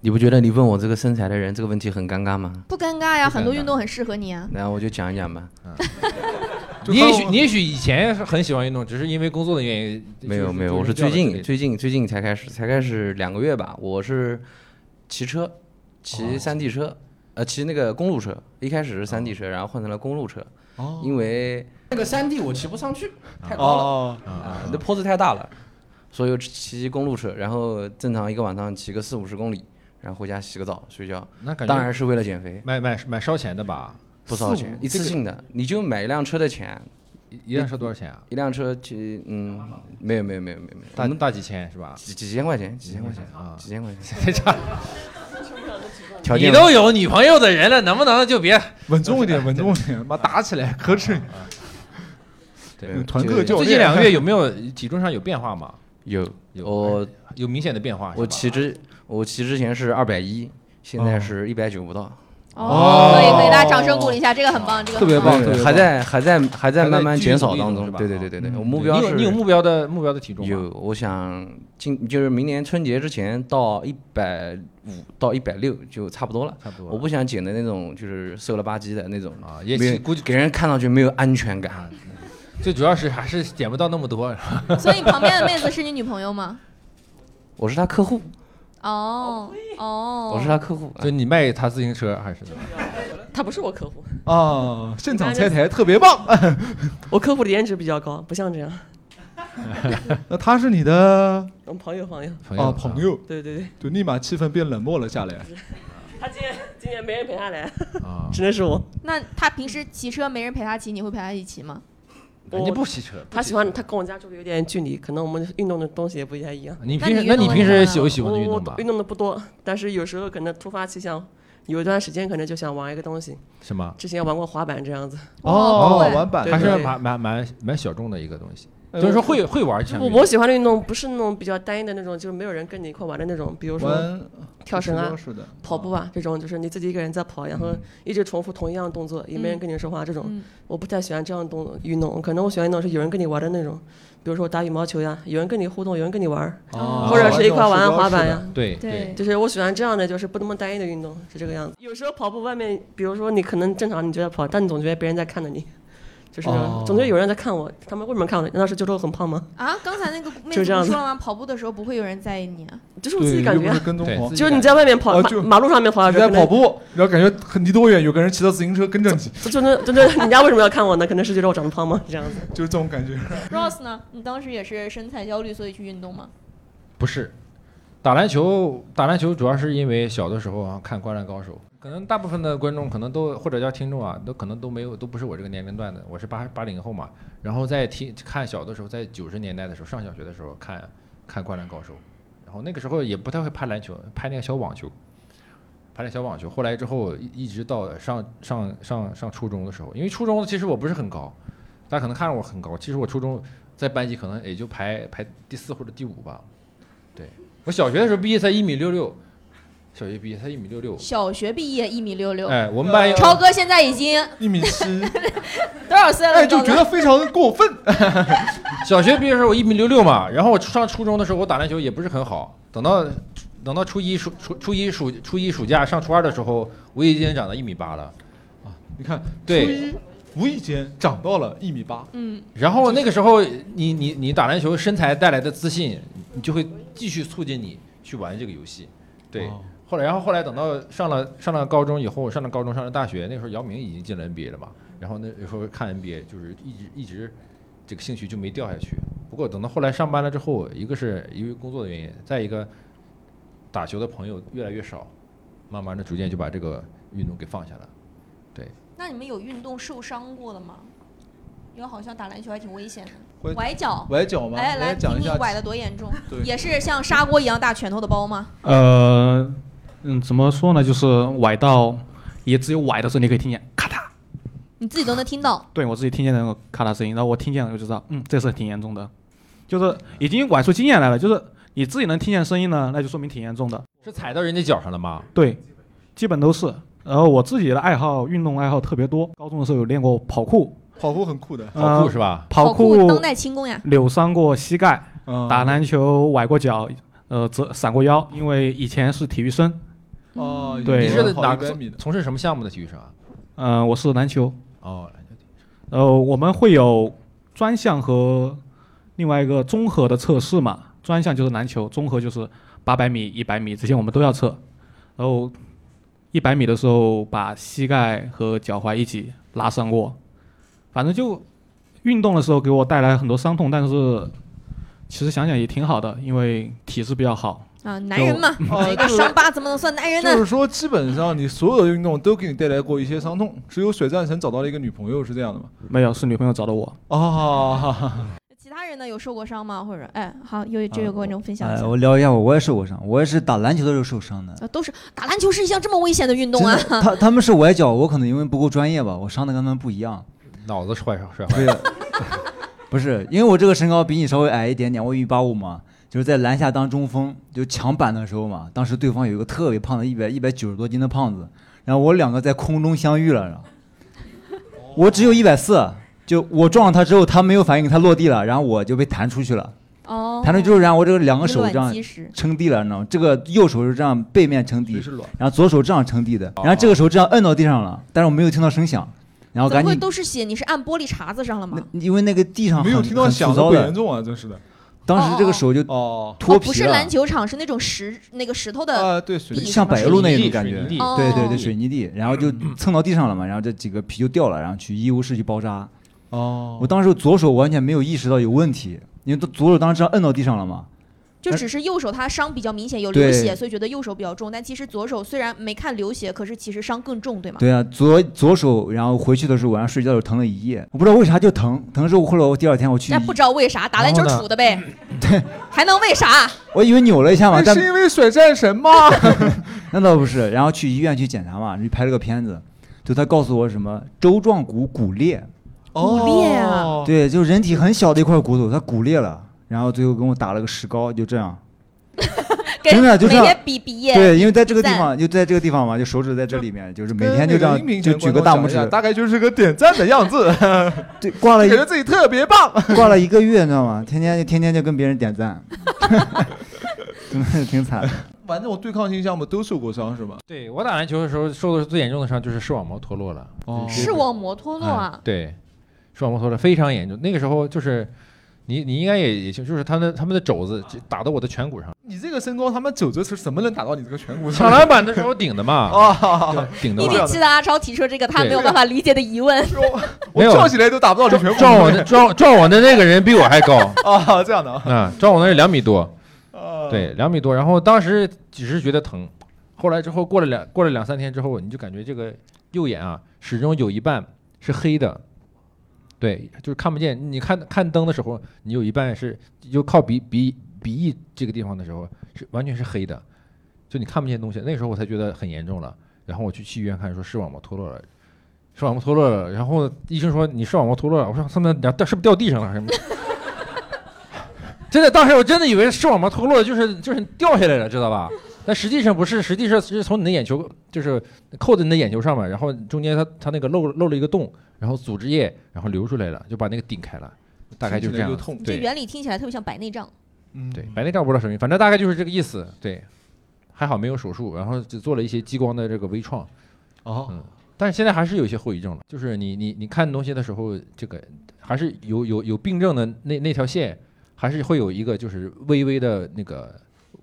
Speaker 10: 你不觉得你问我这个身材的人这个问题很尴尬吗？
Speaker 3: 不尴尬呀，
Speaker 4: 不尴尬
Speaker 3: 很多运动很适合你啊。
Speaker 10: 然后我就讲一讲吧。
Speaker 4: 你也许你也许以前是很喜欢运动，只是因为工作的原因。
Speaker 10: 没有没有，我是最近最近最近才开始，才开始两个月吧。我是骑车，骑山地车，呃，骑那个公路车。一开始是山地车，然后换成了公路车，
Speaker 2: 哦
Speaker 10: 因为
Speaker 11: 那个山地我骑不上去，太高了。
Speaker 2: 哦
Speaker 10: 啊，那坡子太大了，所以我骑公路车，然后正常一个晚上骑个四五十公里，然后回家洗个澡睡觉。
Speaker 4: 那感觉
Speaker 10: 当然是为了减肥，
Speaker 4: 买买买烧钱的吧？
Speaker 10: 不烧
Speaker 4: 四
Speaker 10: 钱
Speaker 4: 五，
Speaker 10: 一次性的，你就买一辆车的钱。
Speaker 4: 一辆车多少钱啊？
Speaker 10: 一辆车其嗯，没有没有没有没有没
Speaker 4: 大
Speaker 10: 有，
Speaker 4: 大几千是吧？
Speaker 10: 几几千块钱，几千块钱
Speaker 4: 啊，
Speaker 10: 几千块钱。
Speaker 4: *laughs* 这差。
Speaker 10: 条
Speaker 4: 你
Speaker 10: 件
Speaker 4: 都有女朋友的人了，能不能就别
Speaker 2: 稳重一点，稳重一点，妈打起来，可耻！
Speaker 10: 啊对
Speaker 2: 团
Speaker 10: 就
Speaker 2: 课教
Speaker 4: 最近
Speaker 2: 练
Speaker 4: 两个
Speaker 2: *laughs*
Speaker 4: 月有没有体重上有变化吗？
Speaker 10: 有
Speaker 4: 有哎
Speaker 10: 我
Speaker 4: 有明显的变化是吧？
Speaker 10: 我骑之我骑之前是二百一，现在是一百九不到，
Speaker 3: 哦，可以可以，大家掌声鼓励一下，这个很棒，这个很
Speaker 2: 别棒
Speaker 10: 对
Speaker 2: 特别
Speaker 10: 还在还在还在
Speaker 4: 还在
Speaker 10: 慢慢
Speaker 4: 继续
Speaker 10: 减
Speaker 4: 努
Speaker 10: 少
Speaker 4: 力
Speaker 10: 当
Speaker 4: 中
Speaker 10: 中
Speaker 4: 是。吧嗯
Speaker 10: 对对对对对，我
Speaker 4: 对
Speaker 10: 目标
Speaker 4: 你有
Speaker 10: 是
Speaker 4: 你有目标的目标的体重吗？
Speaker 10: 有，我想今就是明年春节之前到一百五到一百六就差不多了。
Speaker 4: 差不多了。
Speaker 10: 我不想减的那种，就是瘦了吧唧的那种
Speaker 4: 啊也
Speaker 10: 没有
Speaker 4: 是估计
Speaker 10: 给人看上去没有安全感。
Speaker 4: 最主要是还是减不到那么多。
Speaker 3: 所以旁边的妹子是你女朋友吗？
Speaker 10: 我是他客户，
Speaker 3: *laughs* 哦哦，
Speaker 10: 我是他客户，
Speaker 4: 就你卖他自行车还是怎么样？
Speaker 11: 他不是我客户，
Speaker 2: 啊，现场拆台特别棒。
Speaker 11: *laughs* 我客户的颜值比较高，不像这样。
Speaker 2: 那他是你的
Speaker 11: 我朋友朋友，
Speaker 4: 朋友
Speaker 2: 啊朋友，
Speaker 11: 对对对，
Speaker 2: 就立马气氛变冷漠了下来。
Speaker 11: 他今年今年没人陪他来，
Speaker 4: 啊，
Speaker 11: 只能是我。
Speaker 3: *laughs* 那他平时骑车没人陪他骑，你会陪他一起骑吗？
Speaker 11: 我
Speaker 4: 人家不骑车。
Speaker 11: 他喜欢，他跟我家住的有点距离，可能我们运动的东西也不太一样。
Speaker 4: 你
Speaker 3: 那
Speaker 4: 平时
Speaker 3: 你
Speaker 4: 那
Speaker 3: 运
Speaker 4: 你
Speaker 3: 动
Speaker 4: 平
Speaker 3: 的
Speaker 4: 时
Speaker 3: 话
Speaker 4: 有喜欢的运
Speaker 11: 我
Speaker 4: 动吧
Speaker 11: 运？动的不多，但是有时候可能突发奇想，有一段时间可能就想玩一个东西。
Speaker 4: 什么？
Speaker 11: 之前玩过滑板这样子，
Speaker 2: 哦，
Speaker 3: 对
Speaker 2: 玩板
Speaker 11: 对
Speaker 4: 还是
Speaker 11: 对
Speaker 4: 蛮蛮蛮蛮小众的一个东西，
Speaker 2: 哎
Speaker 4: 就是说会会玩儿就像
Speaker 11: 呃我
Speaker 4: 运
Speaker 11: 我
Speaker 4: 动
Speaker 11: 喜欢的运动不是那种比较单一的那种，就是没有人跟你一块玩的那种，比如说
Speaker 2: 玩
Speaker 11: 跳绳啊、
Speaker 2: 是的，
Speaker 11: 跑步啊这种，就是你自己一个人在跑，然后一直重复同一样动作，也没人跟你说话这种。
Speaker 3: 嗯
Speaker 11: 我不太喜欢这样动运动，可能我喜欢运动是有人跟你玩的那种，比如说打羽毛球呀，有人跟你互动，有人跟你玩儿，
Speaker 2: 啊
Speaker 11: 或者是一块玩滑板。
Speaker 2: 玩这种社交式的
Speaker 11: 呀。
Speaker 4: 哦对
Speaker 3: 对
Speaker 11: 就是我喜欢这样的，就是不那么单一的运动，是这个样子。有时候跑步外面，比如说你可能正常你觉得跑，但你总觉得别人在看着你，就是、
Speaker 2: 哦
Speaker 11: 总觉得有人在看我。他们为什么看我？难道是觉得我很胖吗？ *laughs*
Speaker 3: 啊，刚才那个妹
Speaker 11: 就
Speaker 3: 子不
Speaker 11: 这样子
Speaker 3: 说了吗？跑步的时候不会有人在意你啊。
Speaker 11: 就是我自己
Speaker 2: 对，
Speaker 11: 感
Speaker 2: 又
Speaker 11: 觉
Speaker 2: 不是
Speaker 11: 啊，
Speaker 2: 跟踪
Speaker 4: 对
Speaker 2: 狂
Speaker 4: 自。己
Speaker 11: 就是
Speaker 4: 感
Speaker 11: 你在外面跑
Speaker 2: 啊
Speaker 11: 马
Speaker 2: 就
Speaker 11: 马路上面跑的
Speaker 2: 你
Speaker 11: 时候，
Speaker 2: 在
Speaker 11: 可能
Speaker 2: 跑步，然后感觉哎很离多远，有个人骑着自行车跟着你，
Speaker 11: 就就那就那，人家为什么要看我呢？可能是觉得我长得胖吗？这样子。
Speaker 2: 就是这种感觉。
Speaker 3: Rose 呢？你当时也是身材焦虑，所以去运动吗？
Speaker 4: 不是，打篮球打篮球主要是因为小的时候啊看《灌篮高手》，可能大部分的观众可能都或者叫听众啊，都可能都没有都不是我这个年龄段的，我是八八零后嘛。然后在听看小的时候，在九十年代的时候，上小学的时候看看《灌篮高手》，然后那个时候也不太会拍篮球，拍那个小网球。拍那小网球，后来之后一一直到上上上上初中的时候，因为初中其实我不是很高，大家可能看着我很高，其实我初中在班级可能也就排排第四或者第五吧，我小学的时候毕业才一米六六，小学毕业才一米六六。
Speaker 3: 小学毕业一米六六，
Speaker 4: 哎，我们班有
Speaker 3: 超哥现在已经
Speaker 2: 一米七，
Speaker 3: *laughs* 多少岁了？
Speaker 2: 哎，就
Speaker 3: 超哥
Speaker 2: 觉得
Speaker 3: *laughs*
Speaker 2: 非常过分。
Speaker 4: 小学毕业的时候我一米六六嘛，然后我上初中的时候我打篮球也不是很好，等到等到初一暑初初一暑初一暑假上初二的时候，我已经长到一米八了。
Speaker 2: 啊你看，初
Speaker 4: 对，
Speaker 2: 一无意间长到了一米八，
Speaker 3: 嗯，
Speaker 4: 然后那个时候你你你打篮球身材带来的自信，你就会继续促进你去玩这个游戏。对，
Speaker 2: 哦
Speaker 4: 后来，然后后来等到上了上了高中以后，上了高中，上了大学，那时候姚明已经进了 NBA 了嘛。然后那时候看 NBA 就是一直一直这个兴趣就没掉下去。不过等到后来上班了之后，一个是因为工作的原因，再一个打球的朋友越来越少，慢慢的逐渐就把这个运动给放下了。
Speaker 3: 那你们有运动受伤过的吗？因为好像打篮球还挺危险的
Speaker 2: 会，
Speaker 3: 崴脚。
Speaker 2: 崴脚吗？
Speaker 3: 哎，来，
Speaker 2: 讲
Speaker 3: 听
Speaker 2: 一
Speaker 3: 听
Speaker 2: 下
Speaker 3: 崴的多严重
Speaker 2: 对，
Speaker 3: 也是像砂锅一样大拳头的包吗？
Speaker 9: 呃，嗯，怎么说呢？就是崴到，也只有崴的时候你可以听见咔嗒，
Speaker 3: 你自己都能听到。
Speaker 9: 对我自己听见那个咔嗒声音，然后我听见了就知道，嗯，这事挺严重的，就是已经崴出经验来了，就是你自己能听见声音呢，那就说明挺严重的。
Speaker 4: 是踩到人家脚上了吗？
Speaker 9: 对，基本都是。然后我自己的爱好，运动爱好特别多，高中的时候有练过跑酷，呃
Speaker 2: 跑酷很酷的，
Speaker 12: 啊
Speaker 4: 跑酷是吧？
Speaker 9: 跑
Speaker 3: 酷
Speaker 9: 酷
Speaker 3: 当代轻功呀，
Speaker 9: 扭伤过膝盖，
Speaker 2: 嗯，
Speaker 9: 打篮球崴过脚，呃，折闪过腰，因为以前是体育生，
Speaker 2: 哦，
Speaker 9: 对
Speaker 4: 你
Speaker 2: 一
Speaker 4: 是
Speaker 2: 人跑
Speaker 4: 哪
Speaker 2: 一百
Speaker 4: 个
Speaker 2: 米的？
Speaker 4: 从事什么项目的体育生啊？
Speaker 9: 呃嗯、我是篮球，
Speaker 4: 哦，篮球
Speaker 9: 呃，我们会有专项和另外一个综合的测试嘛。专项就是篮球，综合就是八百米、一百米这些我们都要测。然后一百米的时候把膝盖和脚踝一起拉伤过，反正就运动的时候给我带来很多伤痛，但是其实想想也挺好的，因为体质比较好。
Speaker 3: 啊，男人嘛，
Speaker 2: 哦
Speaker 3: 一个伤疤怎么能算男人呢？
Speaker 2: 就是说，基本上你所有的运动都给你带来过一些伤痛，只有水战神找到了一个女朋友，是这样的吗？
Speaker 9: 没有，是女朋友找的我。
Speaker 2: 哦，
Speaker 9: *laughs*
Speaker 3: 其他人呢有受过伤吗？或者哎，好，有这个观众分享一
Speaker 12: 哎，
Speaker 3: 下。
Speaker 12: 我聊一下我，我也受过伤，我也是打篮球的时候受伤的。
Speaker 3: 啊，都是打篮球是一项这么危险的运动啊！
Speaker 12: 他他们是崴脚，我可能因为不够专业吧，我伤的跟他们不一样。
Speaker 4: 脑子摔上摔
Speaker 12: 坏了。 *laughs* 不是，因为我这个身高比你稍微矮一点点，我一米八五嘛，就是在篮下当中锋，就抢板的时候嘛，当时对方有一个特别胖的，一百一百九十多斤的胖子，然后我两个在空中相遇了，然后
Speaker 4: 哦
Speaker 12: 我只有一百四，就我撞了他之后，他没有反应，他落地了，然后我就被弹出去了。
Speaker 3: 哦
Speaker 12: 弹出就是，然后我这个两个手这样
Speaker 3: 卵击石
Speaker 12: 撑地了，你知道吗？这个右手是这样背面撑地
Speaker 2: 是哦卵，
Speaker 12: 然后左手这样撑地的，然后这个手这样摁到地上了，但是我没有听到声响，然
Speaker 3: *laughs*
Speaker 12: 后
Speaker 3: 怎
Speaker 12: 赶
Speaker 3: 么会
Speaker 12: 紧，
Speaker 3: 都是血？你是按玻璃碴子上了吗？
Speaker 12: 因为那个地上
Speaker 2: 没有
Speaker 12: 很
Speaker 2: 听到
Speaker 12: 啊很
Speaker 2: 响
Speaker 12: 粗
Speaker 2: 的
Speaker 12: 糙
Speaker 2: 不
Speaker 12: 的
Speaker 2: 严，重啊，真是的。
Speaker 12: 当时这个手就脱
Speaker 3: 哦，
Speaker 12: 皮啊
Speaker 3: 不是
Speaker 12: 了
Speaker 3: 篮球场，是那种石那个石头的
Speaker 2: 啊，对，水
Speaker 3: 地
Speaker 12: 像柏油路那种感觉，
Speaker 3: 水泥
Speaker 12: 对
Speaker 3: 地哦
Speaker 12: 对对，水泥地，然后就蹭到地上了嘛，然后这几个皮就掉了，然后去医务室去包扎。
Speaker 2: 哦，
Speaker 12: 我当时左手完全没有意识到有问题，因为左手当时这样摁到地上了嘛，
Speaker 3: 就只是右手它伤比较明显，有流
Speaker 12: 对
Speaker 3: 血，所以觉得右手比较重。但其实左手虽然没看流血，可是其实伤更重，对吗？
Speaker 12: 对啊，左左手，然后回去的时候晚上睡觉的时候疼了一夜，我不知道为啥就疼，疼之后后来我第二天我去
Speaker 3: 那，不知道为啥打篮球
Speaker 12: 然后呢
Speaker 3: 杵的呗，还能为啥？
Speaker 12: 我以为扭了一下嘛，
Speaker 2: 那
Speaker 12: 但
Speaker 2: 是因为水战神吗？
Speaker 12: *laughs* 那倒不是，然后去医院去检查嘛，去拍了个片子，就他告诉我什么舟状骨骨裂，
Speaker 2: 骨
Speaker 3: 裂
Speaker 2: 哦
Speaker 3: 啊
Speaker 12: 对，就人体很小的一块骨头，它骨裂了，然后最后给我打了个石膏，就
Speaker 3: *laughs*
Speaker 12: 这样，
Speaker 3: 跟
Speaker 12: 真的啊就
Speaker 3: 每
Speaker 12: 这样
Speaker 3: 天比比耶。
Speaker 12: 对，因为在这个地
Speaker 3: 赞
Speaker 12: 方，就在这个地方嘛，就手指在这里面，就是每
Speaker 2: 跟
Speaker 12: 天
Speaker 2: 那
Speaker 12: 就这
Speaker 2: 个
Speaker 12: 样
Speaker 2: 音频，
Speaker 12: 就
Speaker 2: 前
Speaker 12: 举
Speaker 2: 观
Speaker 12: 个
Speaker 2: 众
Speaker 12: 大
Speaker 2: 讲
Speaker 12: 拇
Speaker 2: 一下
Speaker 12: 指，
Speaker 2: 大概就是个点赞的样子，
Speaker 12: *laughs* 对，挂了一
Speaker 2: 感觉自己特别棒。
Speaker 12: 挂了一个月，你知道吗？天天就天天就跟别人点
Speaker 2: *laughs*
Speaker 12: 赞， *laughs* 真的挺惨的。
Speaker 2: 玩这种对抗性项目都受过伤是吧？
Speaker 4: 对我打篮球的时候受的最严重的伤就是视网膜脱落了。哎
Speaker 2: 哦
Speaker 3: 视网膜脱落啊！
Speaker 4: 对，视网膜脱落非常严重。那个时候就是你你应该也也就就是他们他们的肘子就打到我的颧骨上，
Speaker 2: 你这个身高，他妈肘子是怎么能打到你这个颧骨上？
Speaker 4: 抢篮板的时候顶的嘛，
Speaker 2: 啊，
Speaker 4: 顶的
Speaker 3: 一
Speaker 4: 嘛。
Speaker 3: 零七的阿超提出这个他
Speaker 4: 哎对
Speaker 3: 没有办法理解的疑问，
Speaker 2: 我
Speaker 4: 没有
Speaker 2: 跳起来都打不到你颧骨。
Speaker 4: 撞我的撞撞我的那个人比我还高
Speaker 2: *laughs* 啊，这样的啊。
Speaker 4: 啊，撞我那是两米多，对，两米多。然后当时只是觉得疼，后来之后过了两过了两三天之后，你就感觉这个右眼啊，始终有一半是黑的，对，就是看不见。你看看灯的时候，你有一半是就靠鼻鼻鼻翼这个地方的时候是完全是黑的，就你看不见东西。那个时候我才觉得很严重了，然后我去去医院看，说视网膜脱落了。视网膜脱落了，然后医生说你视网膜脱落了，我说他们掉是不是掉地上了什么？ *laughs* 真的，当时我真的以为视网膜脱落了就是就是掉下来了，知道吧？但实际上不是，实际上是从你的眼球就是扣在你的眼球上面，然后中间它它那个漏漏了一个洞，然后组织液然后流出来了，就把那个顶开了，大概就这样
Speaker 2: 听起来就痛。
Speaker 3: 这
Speaker 4: 对
Speaker 3: 原理听起来特别像白内障。
Speaker 2: 嗯
Speaker 4: 对，白内障不知道什么意思，反正大概就是这个意思。对，还好没有手术，然后只做了一些激光的这个微创。
Speaker 2: 哦，
Speaker 4: 嗯，但是现在还是有一些后遗症了，就是你你你看东西的时候，这个还是有有有病症的那那条线，还是会有一个就是微微的那个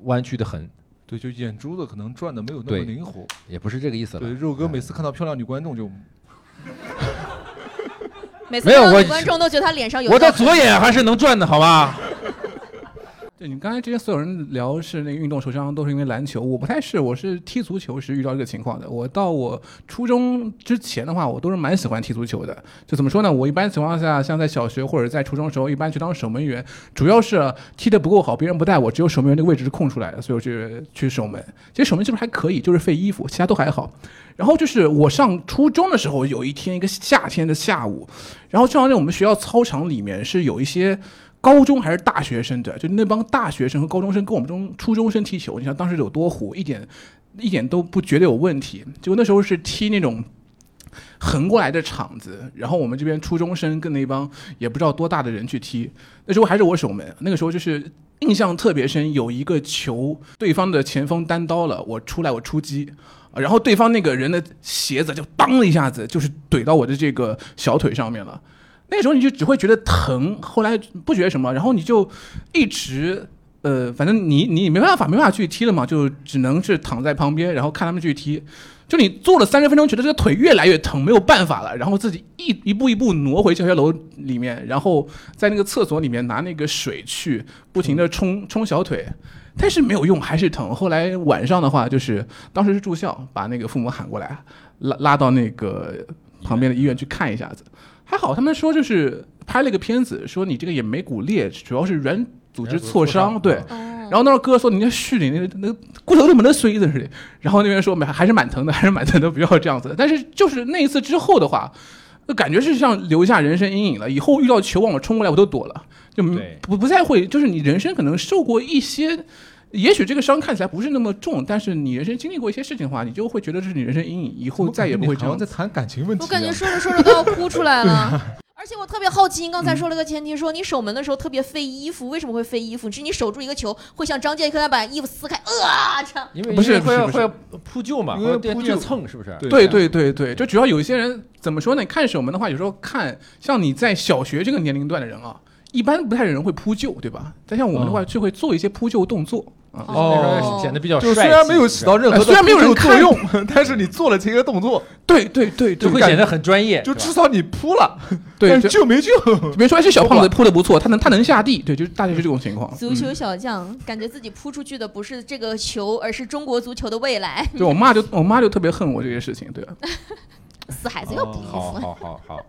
Speaker 4: 弯曲的痕，
Speaker 2: 对，就眼珠子可能转的没有那么
Speaker 4: 对
Speaker 2: 灵活。
Speaker 4: 也不是这个意思
Speaker 2: 对，
Speaker 4: 了。
Speaker 2: 肉哥每次看到漂亮女观众就，
Speaker 3: 每次
Speaker 4: 没有
Speaker 3: 看到
Speaker 4: 我
Speaker 3: 女观众都觉得他脸上有。
Speaker 4: 我的左眼还是能转的，好吧？
Speaker 13: 对，你刚才之前所有人聊是那个运动受伤都是因为篮球，我不太是，我是踢足球时遇到这个情况的。我到我初中之前的话，我都是蛮喜欢踢足球的。就怎么说呢？我一般情况下，像在小学或者在初中的时候，一般去当守门员，主要是踢得不够好，别人不带我，只有守门员这个位置是空出来的，所以我去去守门。其实守门这边还可以，就是费衣服，其他都还好。然后就是我上初中的时候，有一天一个夏天的下午，然后正好在我们学校操场里面是有一些高中还是大学生的，就那帮大学生和高中生跟我们这种初中生踢球，你想当时有多虎，一点一点都不觉得有问题。结果那时候是踢那种。横过来的场子，然后我们这边初中生跟那帮也不知道多大的人去踢，那时候还是我守门，那个时候就是印象特别深，有一个球对方的前锋单刀了，我出来我出击，啊然后对方那个人的鞋子就当的一下子就是怼到我的这个小腿上面了。那个时候你就只会觉得疼，后来不觉得什么，然后你就一直呃，反正你你没办法没办法去踢了嘛，就只能是躺在旁边，然后看他们去踢。就你坐了三十分钟，觉得这个腿越来越疼，没有办法了，然后自己一一步一步挪回教学楼里面，然后在那个厕所里面拿那个水去不停的冲冲小腿，但是没有用，还是疼。后来晚上的话，就是当时是住校，把那个父母喊过来，拉拉到那个旁边的医院去看一下子。还好他们说就是拍了一个片子，说你这个也没骨裂，主要是软组织挫伤，对。哦然后那时候哥说你那续你那那骨头怎么能碎的似的，然后那边说没还是蛮疼的，还是蛮疼的，不要这样子。但是就是那一次之后的话，那感觉是像留下人生阴影了。以后遇到球往我冲过来，我都躲了，就不不再会。就是你人生可能受过一些，也许这个伤看起来不是那么重，但是你人生经历过一些事情的话，你就会觉得这是你人生阴影，以后再也不会这样。在
Speaker 2: 谈感
Speaker 13: *laughs*
Speaker 2: 情问
Speaker 3: 我感觉说着说着都要哭出来
Speaker 2: *laughs*
Speaker 3: 了。 *laughs* 而且我特别好奇，您刚才说了个前提，说你守门的时候特别费衣服，为什么会费衣服？是你守住一个球，会像张健科那样把衣服撕开，啊、这样。
Speaker 4: 因为
Speaker 13: 不是
Speaker 4: 因为
Speaker 13: 不
Speaker 4: 会
Speaker 13: 是
Speaker 4: 会扑救嘛，
Speaker 13: 因为
Speaker 4: 会在
Speaker 13: 扑
Speaker 4: 地上
Speaker 13: 救
Speaker 4: 蹭是不是？
Speaker 13: 对啊对对对，就主要有一些人怎么说呢？看守门的话，有时候看像你在小学这个年龄段的人啊，一般不太有人会扑救，对吧？但像我们的话，就会做一些扑救动作啊。呃
Speaker 4: 哦那时候显得比较
Speaker 2: 就虽然没有起到任何的
Speaker 13: 虽然没有人
Speaker 2: 作
Speaker 13: 看
Speaker 2: 用， *laughs* 但
Speaker 13: *laughs*
Speaker 2: 是你做了这个动作，
Speaker 13: 对对对，
Speaker 2: 就
Speaker 13: 会
Speaker 2: 感
Speaker 13: 显得
Speaker 4: 很专业
Speaker 2: 就是
Speaker 13: 吧
Speaker 2: 至少你扑了，
Speaker 13: *laughs* 对
Speaker 2: 但是救没救？
Speaker 13: *laughs* 比如说，这小胖子扑的不错，他能他能下地，对，就是大概是这种情况。嗯
Speaker 3: 足球小将、感觉自己扑出去的不是这个球，而是中国足球的未来。
Speaker 13: 对我妈就我妈就特别恨我这些事情，对吧？
Speaker 3: *laughs*
Speaker 13: 啊
Speaker 3: 死孩子
Speaker 13: 哦
Speaker 3: 要补衣服。 *laughs*
Speaker 4: 好
Speaker 13: *laughs*
Speaker 4: 好，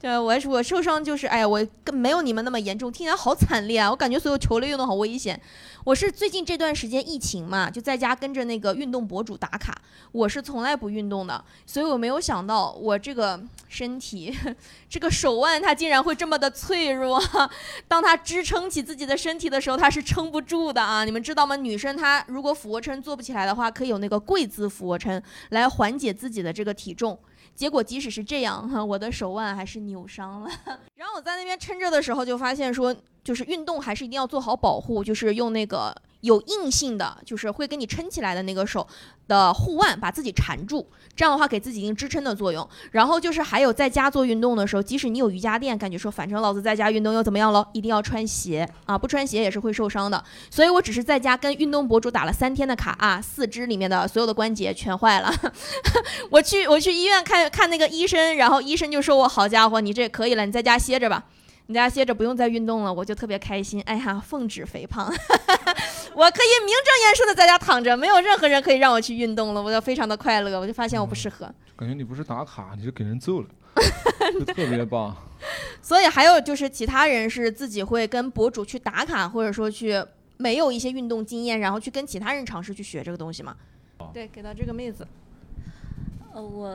Speaker 3: 对，我还是我受伤就是，哎呀，我更没有你们那么严重，听起来好惨烈啊！我感觉所有球类运动好危险。我是最近这段时间疫情嘛，就在家跟着那个运动博主打卡，我是从来不运动的，所以我没有想到我这个身体， *laughs* 这个手腕它竟然会这么的脆弱。 *laughs* 当它支撑起自己的身体的时候，它是撑不住的啊！你们知道吗？女生她如果俯卧撑做不起来的话，可以有那个跪姿俯卧撑来缓解自己的这个体重。结果即使是这样，哈， *laughs* 我的手腕还是扭伤了。 *laughs* 然后我在那边撑着的时候，就发现说，就是运动还是一定要做好保护，就是用那个有硬性的，就是会给你撑起来的那个手的护腕，把自己缠住，这样的话给自己一定支撑的作用。然后就是还有在家做运动的时候，即使你有瑜伽垫，感觉说反正老子在家运动又怎么样咯，一定要穿鞋啊，不穿鞋也是会受伤的。所以我只是在家跟运动博主打了三天的卡啊，四肢里面的所有的关节全坏了。我去我去医院看看那个医生，然后医生就说我好家伙，你这可以了，你在家歇着吧，你在家歇着不用再运动了，我就特别开心。哎呀，奉旨肥胖， *laughs* 我可以名正言顺的在家躺着，没有任何人可以让我去运动了，我就非常的快乐，我就发现我不适
Speaker 4: 嗯
Speaker 3: 合。
Speaker 2: 感觉你不是打卡，你是给
Speaker 14: *laughs*
Speaker 2: 人揍了，就特别棒。
Speaker 3: 所以还有就是其他人是自己会跟博主去打卡，或者说去没有一些运动经验，然后去跟其他人尝试去学这个东西嘛。对，给到这个妹子。
Speaker 14: 呃，我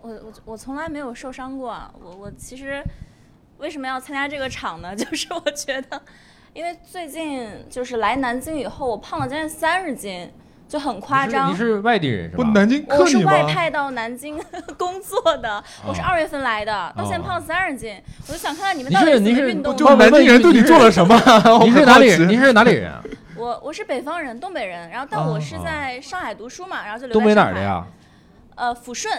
Speaker 14: 我我我从来没有受伤过啊。我我其实为什么要参加这个场呢？ *laughs* 就是我觉得，因为最近就是来南京以后，我胖了将近三十斤，就很夸张。
Speaker 4: 你是外地人是吧？
Speaker 2: 不南京
Speaker 14: 我是外派到南京 *laughs* 工作的，我是
Speaker 4: 哦
Speaker 14: 二月份来的，到现在
Speaker 4: 哦
Speaker 14: 胖三十斤，我就想看看你们
Speaker 4: 你
Speaker 14: 到底
Speaker 4: 是
Speaker 14: 是怎
Speaker 4: 你
Speaker 14: 么
Speaker 4: 是
Speaker 14: 运动的。
Speaker 2: 什么 *laughs*
Speaker 4: 你是哪里人？你是哪里人啊？
Speaker 14: 我我是北方人，东北人，然后但
Speaker 4: 哦
Speaker 14: 我是在上海读书嘛，然后就留在
Speaker 4: 东北哪
Speaker 14: 上
Speaker 4: 儿的
Speaker 14: 海？
Speaker 4: 呀？
Speaker 14: 呃，抚顺。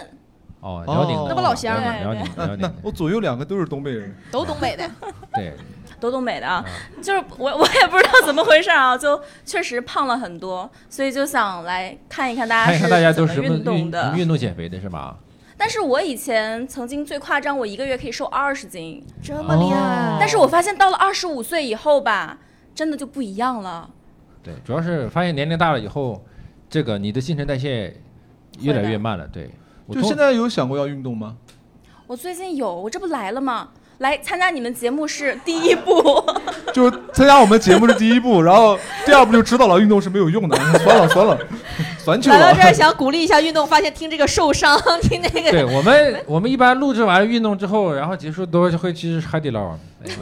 Speaker 4: 哦，辽宁的。
Speaker 14: 那不老乡吗
Speaker 4: 辽宁，辽宁辽
Speaker 2: 那
Speaker 4: 宁。
Speaker 2: 我左右两个都是东北人，
Speaker 3: 都东北的，
Speaker 4: 对，
Speaker 14: 都东北的啊，就是我 *laughs* 我也不知道怎么回事啊，就确实胖了很多，所以就想来看一看大家
Speaker 4: 看一
Speaker 14: 是
Speaker 4: 看大家都是
Speaker 14: 怎
Speaker 4: 什么
Speaker 14: 运动的。
Speaker 4: 运动减肥的是吧？
Speaker 14: 但是我以前曾经最夸张，我一个月可以瘦二十斤，
Speaker 3: 这
Speaker 4: 么厉害
Speaker 14: 但是我发现到了二十五岁以后吧，真的就不一样了。
Speaker 4: 对，主要是发现年龄大了以后，这个你的新陈代谢越来越慢了。对，我
Speaker 2: 就
Speaker 4: 通
Speaker 2: 现在有想过要运动吗？
Speaker 14: 我最近有，我这不来了吗？来参加你们节目是第一步，
Speaker 2: 就参加我们节目是第一步，然后第二步就知道了运动是没有用的， *laughs* 算了算了，算球
Speaker 3: 来到
Speaker 2: 了
Speaker 3: 这。儿想鼓励一下运动，发现听这个受伤，听那个。
Speaker 4: 对我们， *laughs* 我们一般录制完运动之后，然后结束都会去海底捞。啊
Speaker 2: *laughs*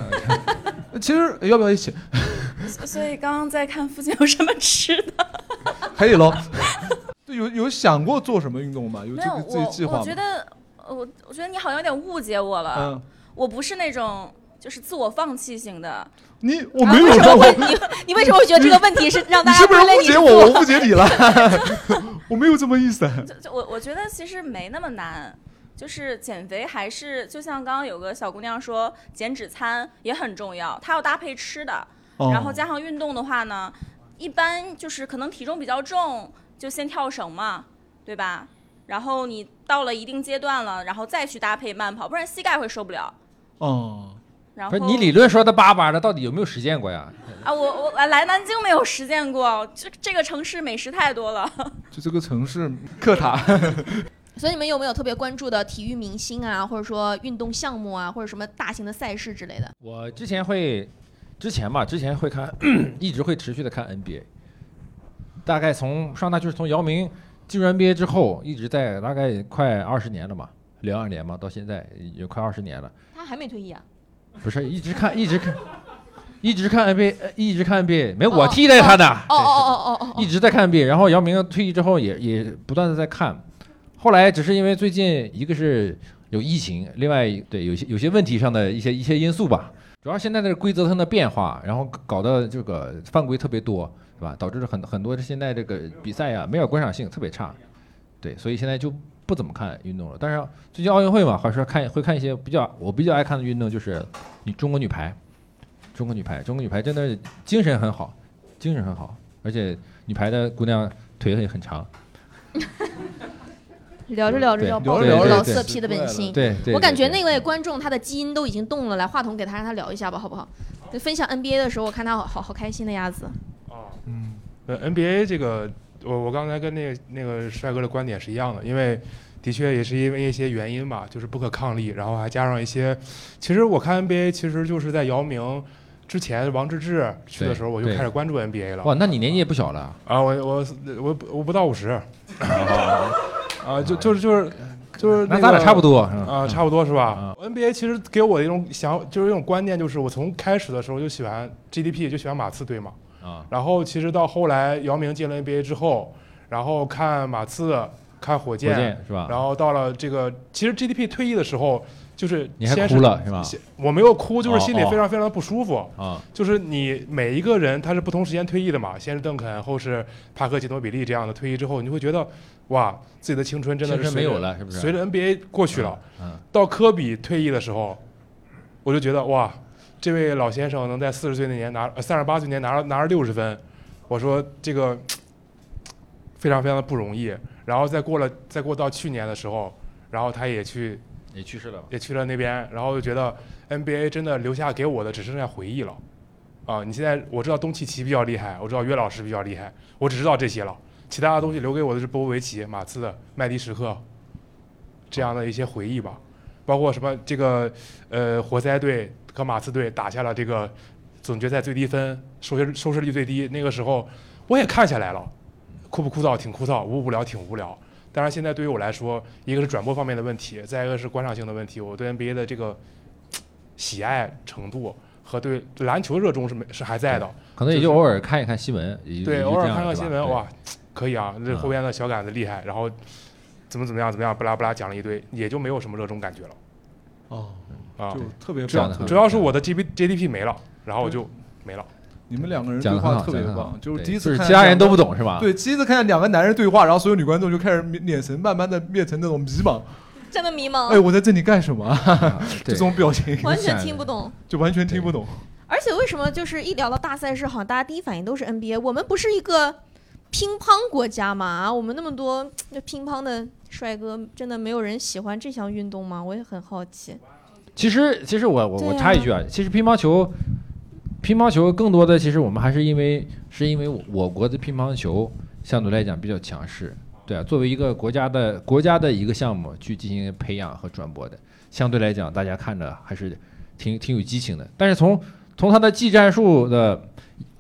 Speaker 2: 其实要不要
Speaker 4: *laughs*
Speaker 2: 一起？
Speaker 14: *laughs* 所以刚刚在看附近有什么吃的。
Speaker 2: 海底捞。 *laughs* 对有有想过做什么运动吗？有
Speaker 14: 没
Speaker 2: 这
Speaker 14: 有
Speaker 2: 个自己计
Speaker 14: 我，
Speaker 2: 划
Speaker 14: 我觉
Speaker 2: 吗？
Speaker 14: 得，呃我我觉得你好像有点误解我了。
Speaker 2: 嗯
Speaker 14: 我不是那种就是自我放弃型
Speaker 2: *laughs*
Speaker 14: 的。
Speaker 2: 你我没有
Speaker 14: 啊为什么
Speaker 2: 让我
Speaker 14: 会你
Speaker 3: 你为什么会觉得这个问题是让大
Speaker 2: 你
Speaker 3: 家
Speaker 2: 是不是
Speaker 3: 归类
Speaker 2: 误
Speaker 3: 你
Speaker 2: 解
Speaker 3: 是
Speaker 2: 我？
Speaker 3: 做 *laughs*
Speaker 2: 我误解你了，我没有这么意思。
Speaker 14: 就我我觉得其实没那么难，就是减肥还是就像刚刚有个小姑娘说，减脂餐也很重要，它要搭配吃的，
Speaker 15: 哦
Speaker 14: 然后加上运动的话呢，一般就是可能体重比较重，就先跳绳嘛，对吧？然后你到了一定阶段了，然后再去搭配慢跑，不然膝盖会受不了。
Speaker 2: 哦，
Speaker 14: 然
Speaker 4: 不
Speaker 14: 后
Speaker 4: 是你理论说的巴巴的，到底有没有实践过呀？
Speaker 14: 啊，我我来来南京没有实践过，这这个城市美食太多了。
Speaker 2: 就这个城市克塔，
Speaker 3: 所以你们有没有特别关注的体育明星啊，或者说运动项目啊，或者什么大型的赛事之类的？
Speaker 4: 我之前会，之前嘛，之前会看，一直会持续的看 NBA，大概从上大就是从姚明进入 NBA 之后，一直在大概快二十年了嘛，零二年嘛，到现在也快二十年了，
Speaker 3: 他还没退役啊？
Speaker 4: 不是一直看一直看，一直看 NBA，呃一直看 NBA，没有
Speaker 3: 哦
Speaker 4: 我替代他的，
Speaker 3: 哦哦哦哦哦哦，
Speaker 4: 一直在看 NBA，然后姚明退役之后也也不断的在看，后来只是因为最近一个是有疫情，另外对有些有些问题上的一些一些因素吧，主要现在的规则上的变化，然后搞得这个犯规特别多，是吧？导致了很很多现在这个比赛啊没有观赏性，特别差，对，所以现在就不怎么看运动了。但是最近奥运会嘛，还是看会看一些比较我比较爱看的运动，就是女中国女排，中国女排，中国女排真的精神很好，精神很好，而且女排的姑娘腿也很长。
Speaker 3: 聊着聊着
Speaker 4: 对
Speaker 3: 要
Speaker 4: 对
Speaker 3: 暴露
Speaker 4: 对对
Speaker 3: 老
Speaker 4: 对
Speaker 3: 色批的本性。
Speaker 4: 对对对
Speaker 3: 我感觉那位观众他的基因都已经动了，来话筒给他，让他聊一下吧，好不好？就分享 NBA 的时候，我看他好好好开心的样子。
Speaker 4: 哦
Speaker 2: 嗯
Speaker 16: 呃，NBA 这个，我我刚才跟那个那个帅哥的观点是一样的，因为的确也是因为一些原因吧，就是不可抗力，然后还加上一些，其实我看 NBA 其实就是在姚明之前王治郅去的时候，
Speaker 4: 对
Speaker 16: 我就
Speaker 4: 对
Speaker 16: 开始关注 NBA 了。
Speaker 4: 哇，那你年纪也不小了，
Speaker 16: 啊，我我我不我不到五十， *laughs* 啊，就就是就是就是
Speaker 4: 哦那
Speaker 16: 个
Speaker 4: 咱俩差不多
Speaker 16: 啊，
Speaker 4: 嗯
Speaker 16: 差不多是吧？NBA 其实给我的一种想，就是一种观念，就是我从开始的时候就喜欢 GDP，就喜欢马刺队嘛，
Speaker 4: 啊，
Speaker 16: 然后其实到后来姚明进了 NBA 之后，然后看马刺，看火箭，
Speaker 4: 火箭是吧
Speaker 16: 然后到了这个，其实 GDP 退役的时候，就是
Speaker 4: 你还
Speaker 16: 先
Speaker 4: 哭了是吧
Speaker 16: 先我没有哭，就是心里
Speaker 4: 哦哦
Speaker 16: 非常非常不舒服。
Speaker 4: 啊，
Speaker 16: 就是你每一个人他是不同时间退役的嘛，先是邓肯，后是帕克、吉诺比利这样的退役之后，你会觉得哇，自己的青春真的是
Speaker 4: 青春
Speaker 16: 随着
Speaker 4: 没有了是不是
Speaker 16: 随着 NBA 过去了，
Speaker 4: 嗯，
Speaker 16: 到科比退役的时候，我就觉得哇，这位老先生能在四十岁那年拿呃三十八岁那年拿拿了六十分，我说这个非常非常的不容易。然后再过了再过到去年的时候，然后他也去
Speaker 4: 也去世了，
Speaker 16: 也去了那边，然后就觉得 NBA 真的留下给我的只剩下回忆了。啊，你现在我知道东契奇比较厉害，我知道约老师比较厉害，我只知道这些了，其他的东西留给我的是波波维奇、马刺、麦迪时克这样的一些回忆吧，包括什么这个呃活塞队和马刺队打下了这个总决赛最低分，收视收视率最低，那个时候我也看下来了，枯不枯燥，挺枯燥，无不无聊，挺无聊。当然，现在对于我来说，一个是转播方面的问题，再一个是观赏性的问题，我对 NBA 的这个喜爱程度和对篮球热衷是没是还在的，
Speaker 4: 可能也
Speaker 16: 就
Speaker 4: 就是偶尔看一看新闻，也
Speaker 16: 对，偶尔看看新闻，，
Speaker 4: 也就这样了
Speaker 16: 哇，可以啊，
Speaker 4: 嗯
Speaker 16: 这后边的小杆子厉害，然后怎么怎么样怎么样，巴拉巴拉讲了一堆，也就没有什么热衷感觉了。
Speaker 2: 哦，
Speaker 16: 啊，
Speaker 2: 就特别
Speaker 16: 主要
Speaker 2: 棒特别
Speaker 16: 主要是我的 G B G D P 没了，然后我就没了。
Speaker 2: 你们两个人
Speaker 4: 讲
Speaker 2: 对
Speaker 4: 得很
Speaker 2: 话
Speaker 4: 好
Speaker 2: 特别
Speaker 4: 讲得很好
Speaker 2: 棒，就是
Speaker 4: 对
Speaker 2: 第一
Speaker 4: 就
Speaker 2: 次
Speaker 4: 是
Speaker 2: 看
Speaker 4: 其他
Speaker 2: 见
Speaker 4: 人
Speaker 2: 两
Speaker 4: 都不
Speaker 2: 个
Speaker 4: 懂是吧
Speaker 2: 对，第一次看见两个男人对话，然后所有女观众就开始面眼神慢慢的变成那种迷茫，
Speaker 3: 真的迷茫，
Speaker 2: 哎，我在这里干什么啊？这种表情
Speaker 3: 嗯完全听不懂。
Speaker 2: 就完全听不懂。
Speaker 3: 而且为什么就是一聊到大赛事，好像大家第一反应都是 NBA？我们不是一个乒乓国家嘛？啊，我们那么多就乒乓的帅哥，真的没有人喜欢这项运动吗？我也很好奇。
Speaker 4: 其实，其实我我我
Speaker 3: 对啊
Speaker 4: 插一句啊，其实乒乓球，乒乓球更多的其实我们还是因为是因为我我国的乒乓球相对来讲比较强势，对啊，作为一个国家的国家的一个项目去进行培养和转播的，相对来讲大家看着还是挺挺有激情的。但是从从它的技战术的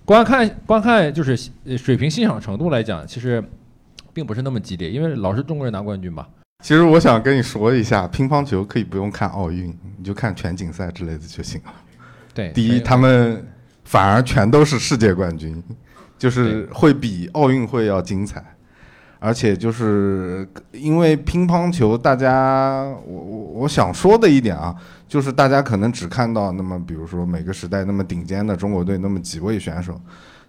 Speaker 4: 观看观看就是呃水平欣赏程度来讲，其实并不是那么激烈，因为老是中国人拿冠军嘛。
Speaker 17: 其实我想跟你说一下，乒乓球可以不用看奥运，你就看全锦赛之类的就行了。
Speaker 4: 对
Speaker 17: 第
Speaker 4: 所以
Speaker 17: 一，
Speaker 4: 我
Speaker 17: 他们反而全都是世界冠军，就是会比奥运会要精彩。而且就是呃因为乒乓球，大家我我我想说的一点啊，就是大家可能只看到那么，比如说每个时代那么顶尖的中国队那么几位选手，